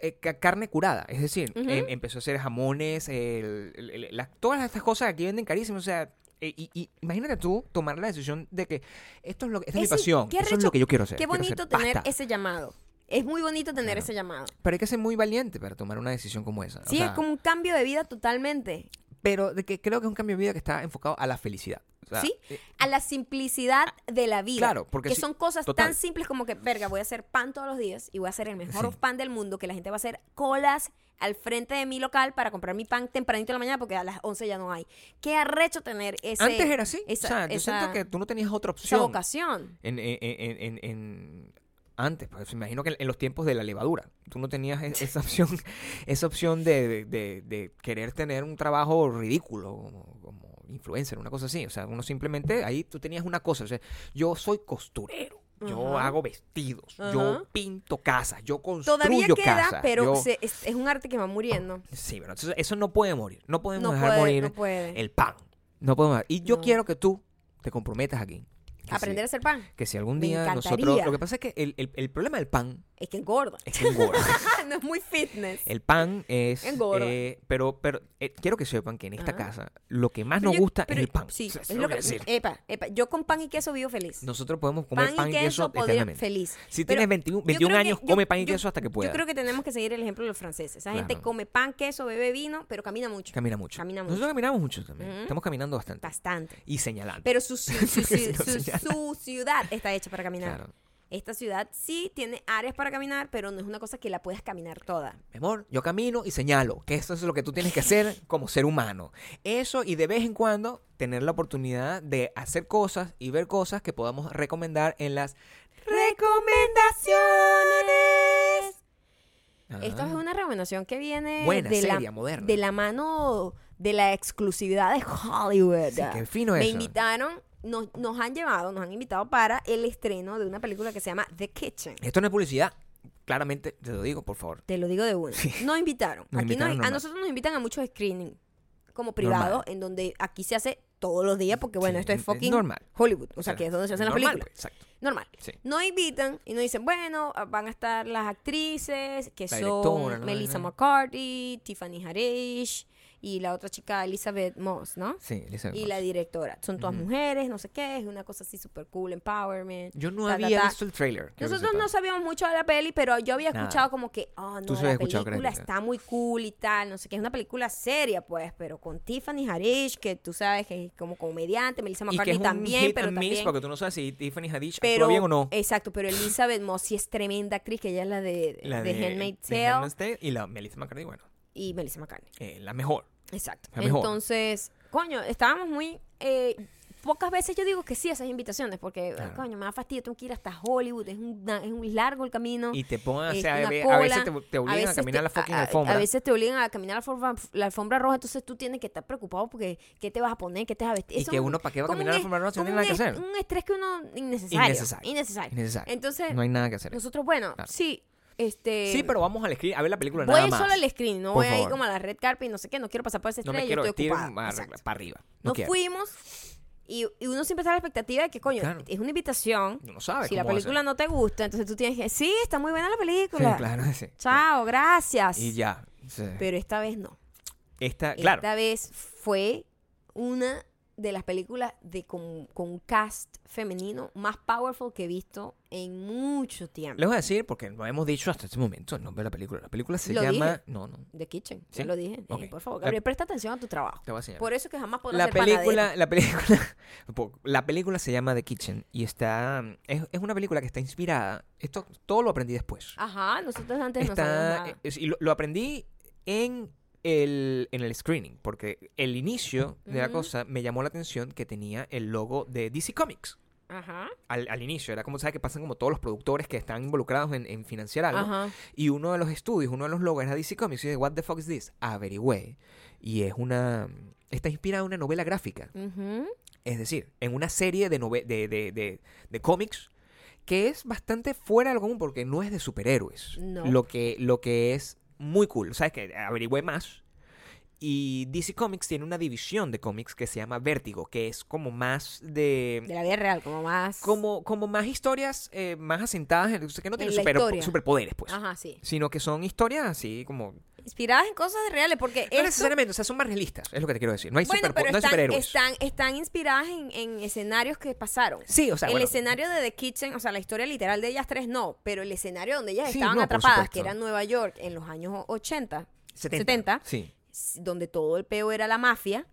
S2: eh, ca- carne curada. Es decir,
S1: Ujú.
S2: em- empezó a hacer jamones, el- el- el- las- todas estas cosas aquí venden carísimo. O sea, eh, y, y imagínate tú tomar la decisión de que esto es lo que, esta es,
S1: Es
S2: mi
S1: un-
S2: pasión,
S1: qué
S2: eso es
S1: arrecho,
S2: lo que yo quiero hacer.
S1: Qué
S2: quiero hacer
S1: bonito tener
S2: pasta.
S1: ese llamado. Es muy bonito tener ese llamado.
S2: Pero hay que ser muy valiente para tomar una decisión como esa. o
S1: Sí, es
S2: sea,
S1: como un cambio de vida totalmente.
S2: Pero de que creo que es un cambio de vida que está enfocado a la felicidad. O sea,
S1: ¿Sí?
S2: eh,
S1: A la simplicidad de la vida.
S2: Claro, porque
S1: Que
S2: si-
S1: son cosas
S2: total.
S1: tan simples como que, verga, voy a hacer pan todos los días y voy a hacer el mejor
S2: Sí.
S1: pan del mundo, que la gente va a hacer colas al frente de mi local para comprar mi pan tempranito en la mañana porque a las 11 ya no hay. Qué arrecho tener ese...
S2: Antes era así.
S1: esa-
S2: o sea, yo
S1: esa-
S2: siento que tú no tenías otra
S1: esa
S2: opción.
S1: vocación.
S2: en, en- en- en- en- antes, pues me imagino que en los tiempos de la levadura, tú no tenías e-
S1: [LAUGHS]
S2: esa opción, esa opción de, de- de- de querer tener un trabajo ridículo como, como influencer, una cosa así. O sea, uno simplemente, ahí tú tenías una cosa. O sea, yo soy costurero. Yo
S1: Ajá.
S2: hago vestidos,
S1: Ajá.
S2: yo pinto casas, yo construyo
S1: Todavía queda,
S2: casas.
S1: pero
S2: yo-
S1: se- es, es un arte que va muriendo.
S2: Sí, pero entonces eso no puede morir. No podemos
S1: No
S2: dejar
S1: puede,
S2: morir
S1: no puede.
S2: el pan. No podemos dejar- Y yo
S1: No.
S2: quiero que tú te comprometas aquí. Que sí
S1: Aprender a hacer pan.
S2: que si algún
S1: Me
S2: día nosotros...
S1: encantaría.
S2: Lo que pasa es que el, el- el problema del pan
S1: Es que engorda. [LAUGHS] Ah,
S2: es que engorda.
S1: no es muy fitness.
S2: el pan es...
S1: Engorda.
S2: eh, pero pero eh, quiero que sepan que en esta
S1: Ajá.
S2: casa lo que más
S1: Pero
S2: nos
S1: yo-
S2: gusta
S1: pero-
S2: es el pan.
S1: Sí,
S2: O sea,
S1: es
S2: eso
S1: lo que...
S2: quiero decir.
S1: Epa, epa, yo con pan y queso vivo feliz.
S2: Nosotros podemos comer pan, y queso
S1: podría-
S2: eternamente.
S1: feliz.
S2: Si
S1: Pero
S2: tienes 21,
S1: yo
S2: 21
S1: creo que-
S2: años,
S1: yo-
S2: come pan y
S1: yo-
S2: queso hasta que puedas.
S1: Yo creo que tenemos que seguir el ejemplo de los franceses. Esa gente
S2: Claro.
S1: come pan, queso, bebe vino, pero camina mucho.
S2: Camina mucho.
S1: Camina
S2: Nosotros caminamos mucho también.
S1: Ujú.
S2: Estamos caminando bastante.
S1: Bastante.
S2: Y señalando.
S1: Pero su, ci-
S2: [LAUGHS]
S1: su-
S2: Porque si
S1: su-
S2: no
S1: su-
S2: señala.
S1: su ciudad está hecha para caminar.
S2: claro.
S1: Esta ciudad sí tiene áreas para caminar, pero no es una cosa que la puedas caminar toda.
S2: Mi amor, yo camino y señalo que eso es lo que tú tienes que hacer como ser humano. Eso y de vez en cuando tener la oportunidad de hacer cosas y ver cosas que podamos recomendar en las...
S1: Recomendaciones. Esto
S2: Ah,
S1: es una recomendación que viene
S2: Buena,
S1: de,
S2: seria,
S1: la,
S2: moderna.
S1: de la mano de la exclusividad de Hollywood.
S2: Sí, qué fino
S1: Me
S2: eso.
S1: invitaron, nos, nos han llevado, nos han invitado para el estreno de una película que se llama The Kitchen.
S2: Esto no es publicidad. Claramente, te lo digo, por favor.
S1: Te lo digo de una. Nos invitaron.
S2: Nos
S1: Aquí
S2: invitaron
S1: nos- a
S2: normal.
S1: nosotros nos invitan a muchos screening como privados,
S2: Normal.
S1: en donde aquí se hace todos los días, porque bueno,
S2: Sí,
S1: esto es
S2: es
S1: fucking
S2: normal.
S1: Hollywood. O sea, que es donde se hacen las
S2: Normal,
S1: películas.
S2: pues, exacto.
S1: Normal.
S2: Sí.
S1: Nos invitan y nos dicen, bueno, ah, van a estar las actrices, que
S2: La directora,
S1: son
S2: ¿no?
S1: Melissa
S2: Ay, no.
S1: McCarthy, Tiffany Harish y la otra chica Elizabeth Moss, ¿no?
S2: Sí, Elizabeth
S1: Y
S2: Moss.
S1: la directora. Son todas mujeres, no sé qué, es una cosa así súper cool, empowerment.
S2: Yo no
S1: ta, ta,
S2: había
S1: ta.
S2: visto el trailer. quiero que
S1: Nosotros
S2: sepan.
S1: no sabíamos mucho de la peli, pero yo había
S2: Nada.
S1: escuchado como que, oh, no,
S2: Tú sí
S1: la
S2: habías escuchado que era
S1: película
S2: diferente.
S1: está muy cool y tal, no sé qué, es una película seria, pues, pero con Tiffany Harish, que tú sabes que es como comediante, Melissa
S2: Y que
S1: McCarthy
S2: es un
S1: también,
S2: hit
S1: pero
S2: and miss,
S1: también...
S2: porque tú no sabes si Tiffany Haddish
S1: Pero, eh,
S2: actúa bien o no.
S1: Exacto, pero Elizabeth Moss sí es tremenda actriz, que ella es la de,
S2: la
S1: de,
S2: de,
S1: Handmaid's
S2: de
S1: Tale
S2: Handmaid's Tale y la Melissa McCarthy, bueno,
S1: y Melissa McCarthy.
S2: eh, la mejor.
S1: Exacto.
S2: La mejor.
S1: Entonces, coño, estábamos muy... eh, pocas veces yo digo que sí a esas invitaciones, porque, ay,
S2: Claro.
S1: coño, me da fastidio, tengo que ir hasta Hollywood, es, una- es un largo el camino.
S2: Y te pongan, o
S1: eh,
S2: sea,
S1: una
S2: a ve- a
S1: cola,
S2: veces te, te obligan a
S1: veces
S2: caminar
S1: te-
S2: la fucking
S1: a- a-
S2: alfombra.
S1: A veces te obligan a caminar la alfombra, la alfombra roja, entonces tú tienes que estar preocupado porque qué te vas a poner, qué te vas a vestir.
S2: Y
S1: Eso
S2: que
S1: es un-
S2: uno, ¿para qué va a
S1: como un
S2: caminar la
S1: es-
S2: alfombra roja si no
S1: como
S2: tiene nada que
S1: un es-
S2: hacer?
S1: Un estrés que uno innecesario.
S2: Innecesario.
S1: Innecesario.
S2: Innecesario.
S1: Entonces,
S2: no hay nada que hacer.
S1: nosotros, bueno,
S2: Claro.
S1: sí, este...
S2: Sí, pero vamos al screen, a ver la película
S1: Voy
S2: nada
S1: a ir
S2: más.
S1: solo al screen, no
S2: Por
S1: voy a ir
S2: favor.
S1: como a la red carpet, no sé qué, no quiero pasar por ese
S2: no
S1: estrés,
S2: me
S1: yo
S2: quiero
S1: estoy
S2: vestir
S1: ocupada.
S2: ma-
S1: Exacto.
S2: para arriba. No,
S1: Nos
S2: quiero.
S1: fuimos y, y uno siempre está a la expectativa de que, coño,
S2: Claro.
S1: es una invitación.
S2: Uno sabe
S1: si la
S2: cómo va a ser.
S1: película no te gusta, entonces tú tienes que, sí, está muy buena la
S2: Sí,
S1: película.
S2: claro, sí.
S1: Chao, gracias.
S2: Y ya. sí.
S1: Pero esta vez no.
S2: Esta, claro,
S1: Esta vez fue una de las películas de con, con cast femenino más powerful que he visto en mucho tiempo.
S2: Les voy a decir, porque no hemos dicho hasta este momento el nombre de la película. La película se
S1: Lo
S2: llama.
S1: dije.
S2: No, no.
S1: The Kitchen, ya
S2: ¿Sí?
S1: lo dije. Ey,
S2: Ok. Eh,
S1: por favor,
S2: La-
S1: Gabriel, presta atención a tu trabajo.
S2: Te voy a enseñar.
S1: Por eso es que jamás podrás
S2: la
S1: ser
S2: película,
S1: panadero.
S2: la película, [LAUGHS] po- la película se llama The Kitchen y está es, es una película que está inspirada. Esto todo lo aprendí después.
S1: Ajá, nosotros antes no
S2: está
S1: sabíamos nada.
S2: es- y lo, lo aprendí en el en el screening porque el inicio de la
S1: Ujú.
S2: cosa me llamó la atención que tenía el logo de DC Comics.
S1: Ajá,
S2: Al, al inicio, era como, ¿sabes? Que pasan como todos los productores que están involucrados en, en financiar algo.
S1: ajá.
S2: Y uno de los estudios, uno de los logos era DC Comics. Y dije, ¿What the fuck is this? Averigüé. Y es una. Está inspirada en una novela gráfica.
S1: ujú.
S2: Es decir, en una serie de, nove- de, de, de- de cómics que es bastante fuera de lo común porque no es de superhéroes.
S1: No.
S2: Lo, que, lo que es muy cool. ¿Sabes que Averigüé más. Y DC Comics tiene una división de cómics que se llama Vértigo, que es como más de...
S1: De la vida real, como más.
S2: Como, como más historias eh, más asentadas, en, o sea, que no
S1: En
S2: tienen
S1: la
S2: super-
S1: historia.
S2: superpoderes, pues.
S1: Ajá, sí.
S2: Sino que son historias así como
S1: Inspiradas en cosas reales, porque
S2: No
S1: esto-
S2: necesariamente, o sea, son más realistas, es lo que te quiero decir. No hay,
S1: Bueno,
S2: superpo-
S1: pero
S2: no hay
S1: están,
S2: superhéroes.
S1: están, están inspiradas en, en escenarios que pasaron.
S2: Sí, o sea,
S1: el
S2: bueno,
S1: escenario de The Kitchen, o sea, la historia literal de ellas tres no, pero el escenario donde ellas
S2: Sí,
S1: estaban
S2: no, por
S1: atrapadas,
S2: supuesto.
S1: que era Nueva York en los años 80, 70.
S2: 70. Sí.
S1: s- donde todo el peo era la mafia,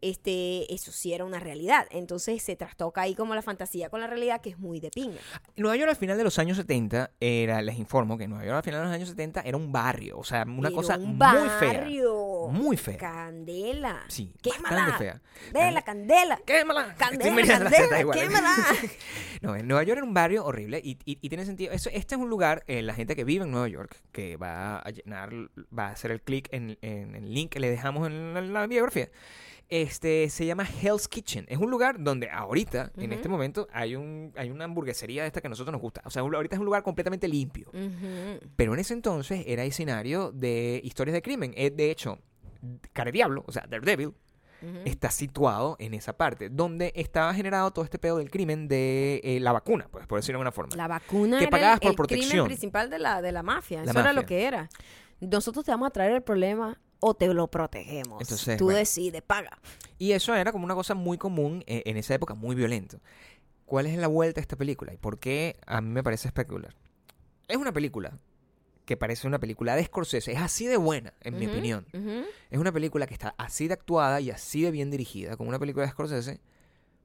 S1: este, eso sí era una realidad. Entonces se trastoca ahí como la fantasía con la realidad, que es muy de pinga.
S2: Nueva York al final de los años 70 era, les informo que Nueva York al final de los años 70 era un barrio, o sea, una
S1: Era
S2: cosa
S1: un
S2: muy fea.
S1: barrio.
S2: Muy fea.
S1: Candela.
S2: Sí,
S1: Quémala.
S2: bastante fea.
S1: Ve la candela.
S2: ¡Quémala! Estoy
S1: [LAUGHS] Candela,
S2: mirando la teta
S1: candela,
S2: igual. ¿eh?
S1: quémala.
S2: [LAUGHS] No, en Nueva York era un barrio horrible y, y- y tiene sentido. Eso, este es un lugar, eh, la gente que vive en Nueva York, que va a llenar, va a hacer el clic en, en el link que le dejamos en la, en la biografía. Este se llama Hell's Kitchen. Es un lugar donde ahorita, en
S1: Ujú.
S2: este momento, hay un hay una hamburguesería de esta que a nosotros nos gusta. O sea, un- ahorita es un lugar completamente limpio. [LAUGHS]
S1: Ujú.
S2: Pero en ese entonces era escenario de historias de crimen. Eh, De hecho, Cara de Diablo, o sea, Daredevil,
S1: Ujú.
S2: está situado en esa parte, donde estaba generado todo este pedo del crimen de eh, la vacuna, pues, por decirlo de alguna forma.
S1: La vacuna
S2: Que
S1: era
S2: pagabas
S1: el,
S2: por
S1: el crimen
S2: protección.
S1: principal de la, de la mafia.
S2: La
S1: Eso era
S2: mafia.
S1: lo que era. Nosotros te vamos a traer el problema o te lo protegemos.
S2: Entonces,
S1: Tú
S2: bueno.
S1: decides, paga.
S2: Y eso era como una cosa muy común eh, en esa época, muy violento. ¿Cuál es la vuelta a esta película? ¿Y por qué a mí me parece espectacular? Es una película que parece una película de Scorsese. Es así de buena, en mi
S1: Ujú,
S2: opinión.
S1: ujú.
S2: Es una película que está así de actuada y así de bien dirigida, como una película de Scorsese,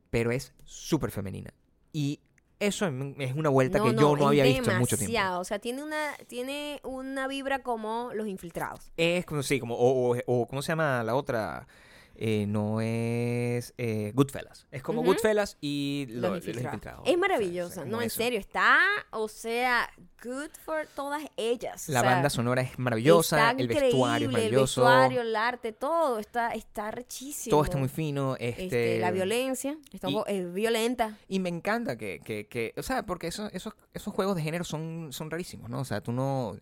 S2: pero es súper femenina. Y eso a mí es una vuelta que yo no
S1: es
S2: había visto en mucho tiempo.
S1: demasiado. O sea, tiene una, tiene una vibra como los infiltrados.
S2: Es como, sí, como, o, o- o, ¿cómo se llama la otra? Eh, no es eh, Goodfellas. Es como
S1: Ujú.
S2: Goodfellas y lo-
S1: Los infiltrados. Es
S2: O sea,
S1: maravillosa.
S2: como
S1: no, en
S2: eso.
S1: serio. Está, o sea, good for todas ellas.
S2: La
S1: O sea,
S2: banda sonora es maravillosa,
S1: está
S2: el vestuario es
S1: increíble,
S2: maravilloso,
S1: El vestuario, el arte, todo está, está rechísimo.
S2: todo está muy fino. Este,
S1: Este, la violencia está un
S2: y-
S1: po- es violenta.
S2: Y me encanta que, que, que- o sea, porque eso- esos, esos juegos de género son, son rarísimos, ¿no? O sea, tú no,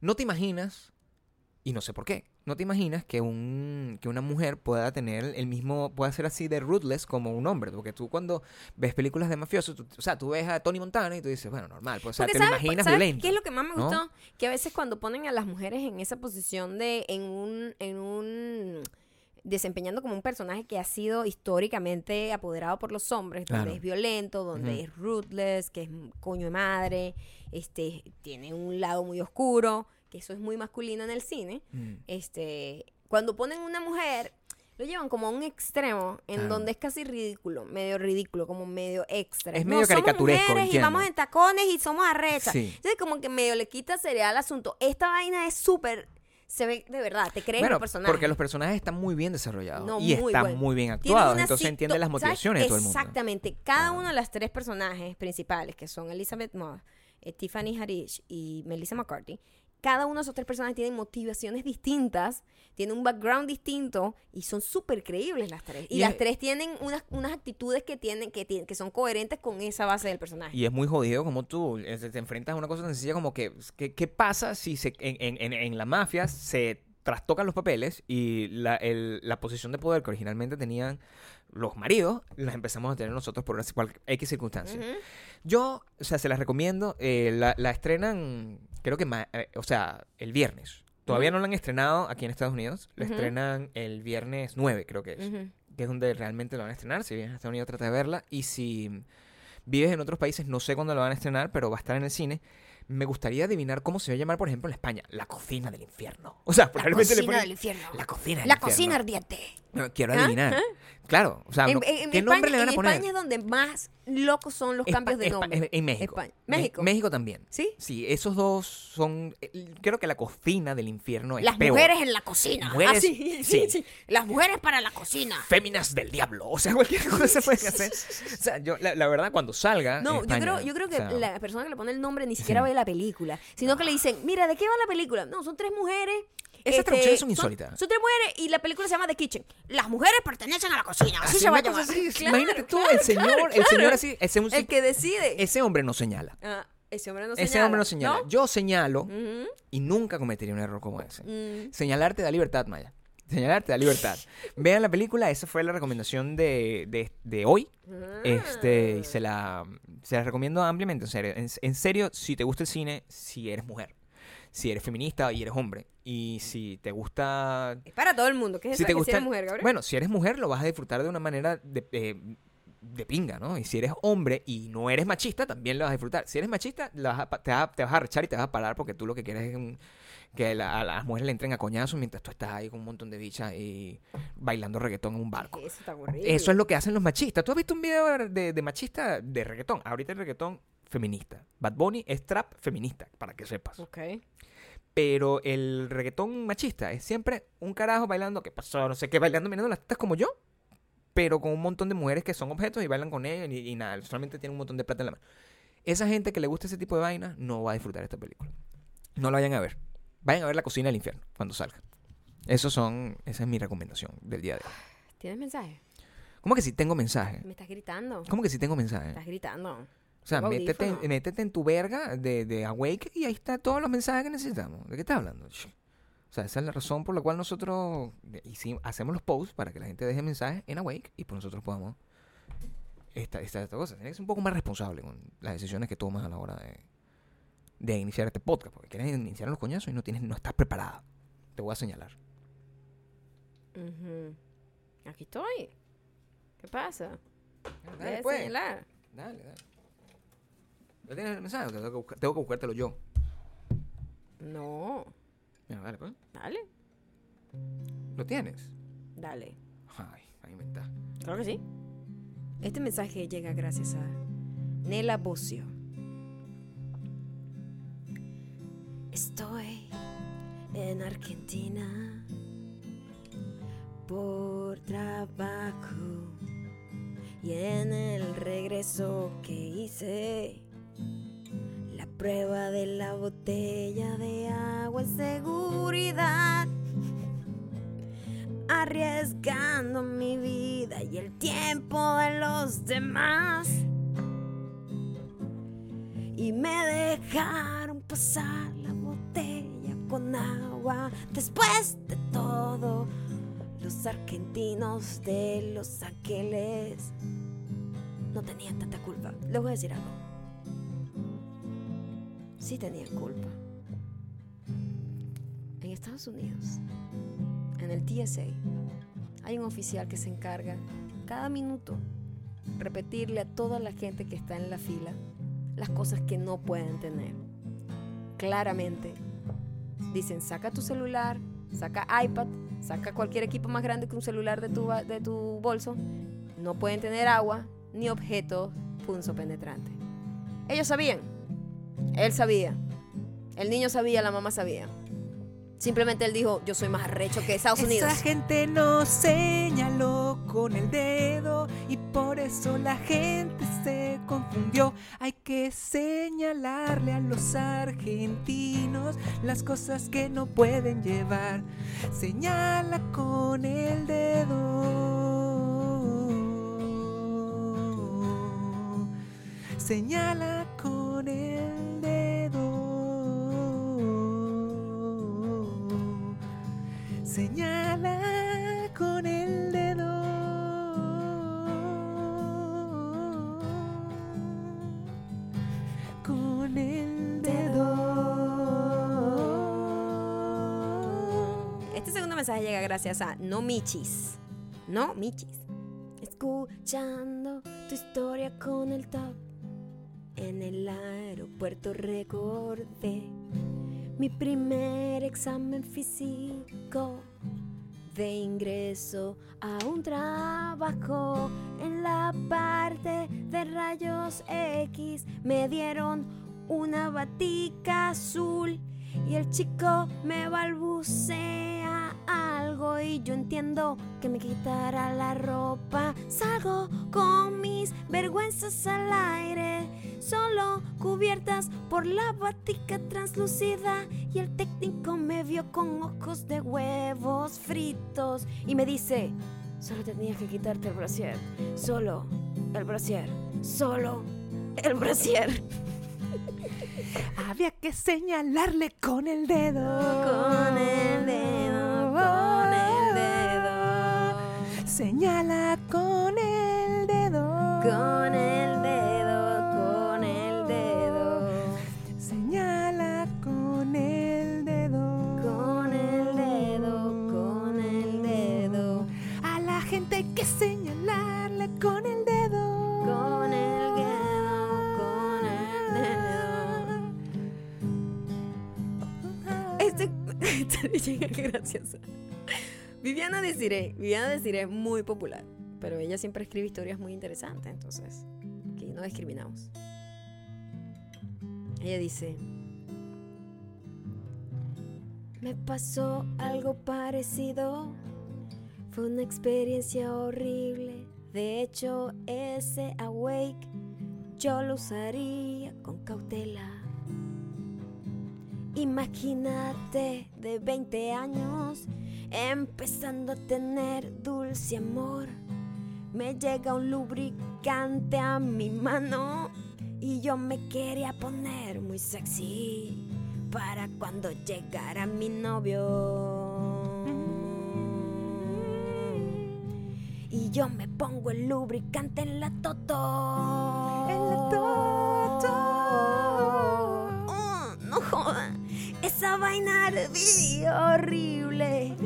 S2: no te imaginas, y no sé por qué, no te imaginas que, un, que una mujer pueda tener el mismo, pueda ser así de ruthless como un hombre. Porque tú cuando ves películas de mafiosos, tú- o sea, tú ves a Tony Montana y tú dices, bueno, normal, pues, o sea,
S1: Porque
S2: te lo
S1: ¿sabes,
S2: imaginas
S1: ¿sabes
S2: violento.
S1: qué es lo que más me
S2: ¿no?
S1: gustó? Que a veces cuando ponen a las mujeres en esa posición de en un en un desempeñando como un personaje que ha sido históricamente apoderado por los hombres, donde
S2: Claro.
S1: es violento, donde
S2: Ujú.
S1: es ruthless, que es un coño de madre, este tiene un lado muy oscuro, que eso es muy masculino en el cine.
S2: Mm.
S1: Este, cuando ponen una mujer lo llevan como a un extremo en
S2: Claro.
S1: donde es casi ridículo, medio ridículo, como medio extra.
S2: Es medio caricaturesco,
S1: Somos mujeres y
S2: entiendo.
S1: vamos en tacones y somos arrechas.
S2: Sí.
S1: Entonces, como que medio le quita seriedad al asunto. Esta vaina es súper. Se ve de verdad, te crees
S2: Bueno,
S1: los personajes.
S2: porque los personajes están muy bien desarrollados
S1: No,
S2: y
S1: muy
S2: están
S1: bueno.
S2: muy bien
S1: Tienen
S2: actuados,
S1: una
S2: entonces
S1: cito-
S2: entienden las
S1: ¿sabes?
S2: motivaciones de todo el mundo.
S1: Exactamente. Cada
S2: Claro.
S1: uno de los tres personajes principales, que son Elizabeth Moss, eh, Tiffany Harish y Melissa McCarthy, cada uno de esos tres personajes tienen motivaciones distintas, tienen un background distinto y son súper creíbles las tres. Y,
S2: Y
S1: las
S2: es-
S1: tres tienen unas, unas actitudes que tienen, que tienen que son coherentes con esa base del personaje.
S2: Y es muy jodido como tú eh, te enfrentas a una cosa tan sencilla como que, que- ¿qué pasa si se, en, en- en- en la mafia se trastocan los papeles y la, el- la posición de poder que originalmente tenían los maridos, las empezamos a tener nosotros por una cual- X circunstancia.
S1: Ujú.
S2: Yo, o sea, se las recomiendo, eh, la, la estrenan, creo que, ma- eh, o sea, el viernes. Todavía no la han estrenado aquí en Estados Unidos. La estrenan el viernes 9, creo que es.
S1: Ujú.
S2: Que es donde realmente la van a estrenar. Si vienes a Estados Unidos, trata de verla. Y si vives en otros países, no sé cuándo la van a estrenar, pero va a estar en el cine. Me gustaría adivinar cómo se va a llamar, por ejemplo, en España. La cocina del infierno. O sea,
S3: La
S2: probablemente le
S3: cocina
S2: ponen...
S3: del infierno.
S2: La cocina del
S3: La
S2: infierno.
S3: cocina ardiente.
S2: No, quiero adivinar. Claro. O sea,
S1: ¿Ah? En-
S2: no-
S1: en- en
S2: ¿qué nombre le
S1: España-
S2: van a
S1: en
S2: poner?
S1: España es donde más locos son los
S2: Espa-
S1: cambios de
S2: Espa-
S1: nombre.
S2: En, en México.
S1: España.
S2: Me-
S1: México.
S2: México también.
S1: ¿Sí?
S2: Sí, esos dos son. eh, Creo que la cocina del infierno es
S3: Las
S2: peor.
S3: mujeres en la cocina.
S2: Mujeres-
S3: Ah, sí, sí,
S2: sí.
S3: sí. Las mujeres para la cocina.
S2: Féminas del diablo. O sea, [LAUGHS] cualquier cosa se puede hacer. O sea, yo, la, la verdad, cuando salga.
S1: No,
S2: en España,
S1: yo creo, yo creo que
S2: o sea,
S1: la persona que le pone el nombre ni siquiera ve la película, sino que le dicen, mira, ¿de qué va la película? No, son tres mujeres. este,
S2: Esas traducciones son insólitas.
S1: Son, tres mujeres y la película se llama The Kitchen.
S3: Las mujeres pertenecen a la cocina. Así
S2: así
S3: se va a
S2: una cosa
S3: llamar.
S2: así,
S1: Claro,
S2: Imagínate tú,
S1: claro,
S2: el señor,
S1: claro,
S2: el señor
S1: claro.
S2: así. Ese,
S1: El que decide.
S2: ese hombre no señala.
S1: Ah, ese hombre no señala.
S2: Ese hombre no señala. Yo señalo
S1: Ujú.
S2: y nunca cometería un error como ese.
S1: Mm.
S2: Señalarte da libertad, Maya. Señalarte da libertad. Vean la película, esa fue la recomendación de, de- de hoy.
S1: Ah.
S2: Este, y se la, se la recomiendo ampliamente. En serio, en, en serio, si te gusta el cine, si eres mujer, si eres feminista y eres hombre, y si te gusta.
S1: Es para todo el mundo. ¿Qué es
S2: si
S1: eso
S2: te
S1: que
S2: gusta
S1: sea mujer, Gabriel?
S2: Bueno, si eres mujer, lo vas a disfrutar de una manera de, de- de pinga, ¿no? Y si eres hombre y no eres machista, también lo vas a disfrutar. Si eres machista, la vas a pa- te, vas, a- te vas a rechar y te vas a parar porque tú lo que quieres es un- que la- a las mujeres le entren a coñazos mientras tú estás ahí con un montón de bichas y bailando reggaetón en un barco.
S1: Eso está horrible.
S2: Eso es lo que hacen los machistas. ¿Tú has visto un video de, de machista de reggaetón? Ahorita el reggaetón feminista. Bad Bunny es trap feminista, para que sepas.
S1: Ok.
S2: Pero el reggaetón machista es siempre un carajo bailando, ¿qué pasó? No sé qué, bailando mirando las tetas como yo, pero con un montón de mujeres que son objetos y bailan con ellas y, y nada, solamente tienen un montón de plata en la mano. Esa gente que le gusta ese tipo de vaina no va a disfrutar esta película. No la vayan a ver. Vayan a ver La Cocina del Infierno cuando salga. Esos son, esa es mi recomendación del día de hoy.
S1: ¿Tienes mensaje?
S2: ¿Cómo que si tengo mensaje?
S1: Me estás gritando.
S2: ¿Cómo que si tengo mensaje?
S1: Estás gritando.
S2: O sea,
S1: Tengo
S2: métete,
S1: audífono.
S2: métete en tu verga de, de Awake y ahí está todos los mensajes que necesitamos. ¿De qué estás hablando? Ch. O sea, esa es la razón por la cual nosotros de- hici- hacemos los posts para que la gente deje mensajes en Awake y pues nosotros podamos esta, esta, esta cosa. Tienes que ser un poco más responsable con las decisiones que tomas a la hora de, de iniciar este podcast. Porque quieres iniciar los coñazos y no tienes, no estás preparada. Te voy a señalar.
S1: Ujú. Aquí estoy. ¿Qué pasa?
S2: Dale,
S1: Deja de
S2: pues.
S1: señalar.
S2: Dale, dale. ¿Ya tienes el mensaje? o Tengo que, buscar- tengo que buscártelo yo.
S1: No.
S2: Mira, dale, pues.
S1: Dale.
S2: ¿Lo tienes?
S1: Dale.
S2: Ay, a inventar.
S1: Claro que sí. Este mensaje llega gracias a Nela Bocio. Estoy en Argentina por trabajo y en el regreso que hice la prueba de la botella de agua en seguridad arriesgando mi vida y el tiempo de los demás. Y me dejaron pasar la botella con agua después de todo. Los argentinos de Los Ángeles no tenían tanta culpa. Les voy a decir algo. Sí tenían culpa. En Estados Unidos en el TSA hay un oficial que se encarga cada minuto repetirle a toda la gente que está en la fila las cosas que no pueden tener. Claramente dicen saca tu celular, saca iPad, saca cualquier equipo más grande que un celular de tu, ba- de tu bolso. No pueden tener agua ni objetos punzo penetrante. Ellos sabían, él sabía, el niño sabía, la mamá sabía. Simplemente él dijo, yo soy más arrecho que Estados Unidos.
S4: Esa gente nos señaló con el dedo y por eso la gente se confundió. Hay que señalarle a los argentinos las cosas que no pueden llevar. Señala con el dedo. Señala con el dedo. Señala con el dedo. Con el dedo.
S1: Este mensaje llega gracias a No Michis. No Michis. Escuchando tu historia con el top. En el aeropuerto recordé mi primer examen físico de ingreso a un trabajo en la parte de rayos X. Me dieron una batica azul y el chico me balbucea algo y yo entiendo que me quitará la ropa. Salgo con mis vergüenzas al aire, solo cubiertas por la batica translúcida y el técnico me vio con ojos de huevos fritos y me dice, solo tenías que quitarte el brasier, solo el brasier, solo el brasier.
S4: Había que señalarle con el dedo.
S1: Con el dedo, con el dedo,
S4: Señala con el dedo.
S1: con el dedo, con el dedo,
S4: Señala con el dedo.
S1: con el dedo, con el dedo,
S4: A la gente hay que señalarle con el dedo.
S1: con el dedo, con el dedo. Este, [LAUGHS] este llega gracioso. Viviana Desiré, Viviana Desiré es muy popular, pero ella siempre escribe historias muy interesantes, entonces aquí no discriminamos. Ella dice, me pasó algo parecido, fue una experiencia horrible, de hecho ese awake yo lo usaría con cautela. Imagínate de 20 años empezando a tener dulce amor. Me llega un lubricante a mi mano y yo me quería poner muy sexy para cuando llegara mi novio. Y yo me pongo el lubricante en la toto.
S4: En la toto.
S1: Oh, no joda. Esa vaina ardía horrible.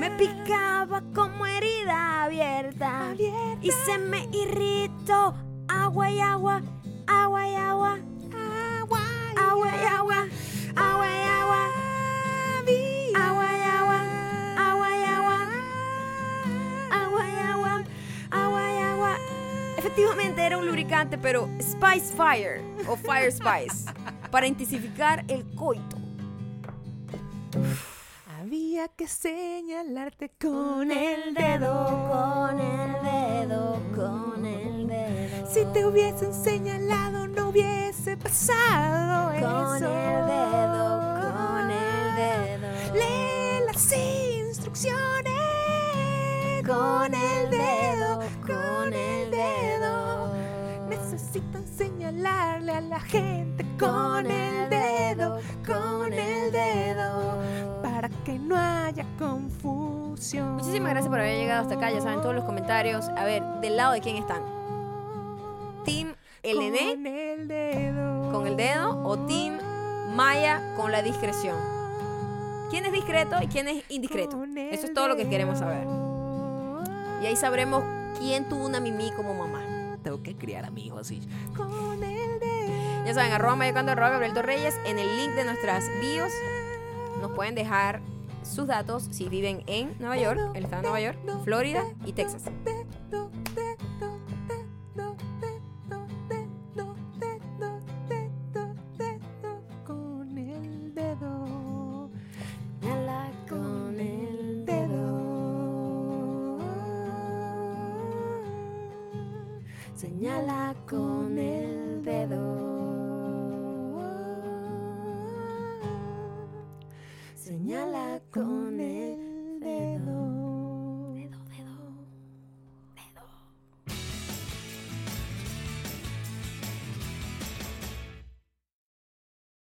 S1: Me picaba como herida abierta.
S4: Abierta.
S1: Y se me irritó. Agua y agua, agua y agua.
S4: Agua y
S1: Agua y agua, agua y agua. Agua y agua, agua y agua. Agua y agua, agua y agua. Efectivamente era un lubricante, pero Spice Fire o Fire Spice para intensificar el coito.
S4: Había que señalarte con el
S1: con
S4: dedo.
S1: el dedo, con el dedo.
S4: Si te hubiesen señalado no hubiese pasado
S1: con
S4: eso.
S1: el dedo, con el dedo.
S4: Lee las instrucciones
S1: con el dedo, con el dedo.
S4: Necesitan señalarle a la gente con el dedo, con el dedo, para que no haya confusión.
S1: Muchísimas gracias por haber llegado hasta acá. Ya saben todos los comentarios. A ver, del lado de quién están. Team LN
S4: Con el dedo.
S1: con el dedo o Team Maya con la discreción. ¿Quién es discreto y quién es indiscreto?
S4: Con el
S1: Eso es todo lo que queremos saber.
S4: dedo.
S1: Y ahí sabremos quién tuvo una mimí como mamá.
S4: Tengo que criar a mi hijo así. Con el dedo.
S1: Ya saben, arroba mayocando, arroba Gabriel Torreyes. En el link de nuestras bios nos pueden dejar sus datos si viven en Nueva York, el estado de Nueva York, Florida y Texas.
S4: Dedo, dedo, dedo, dedo, dedo, dedo, dedo, dedo, Con el dedo. Con el dedo.
S1: Señala con el dedo. Señala con el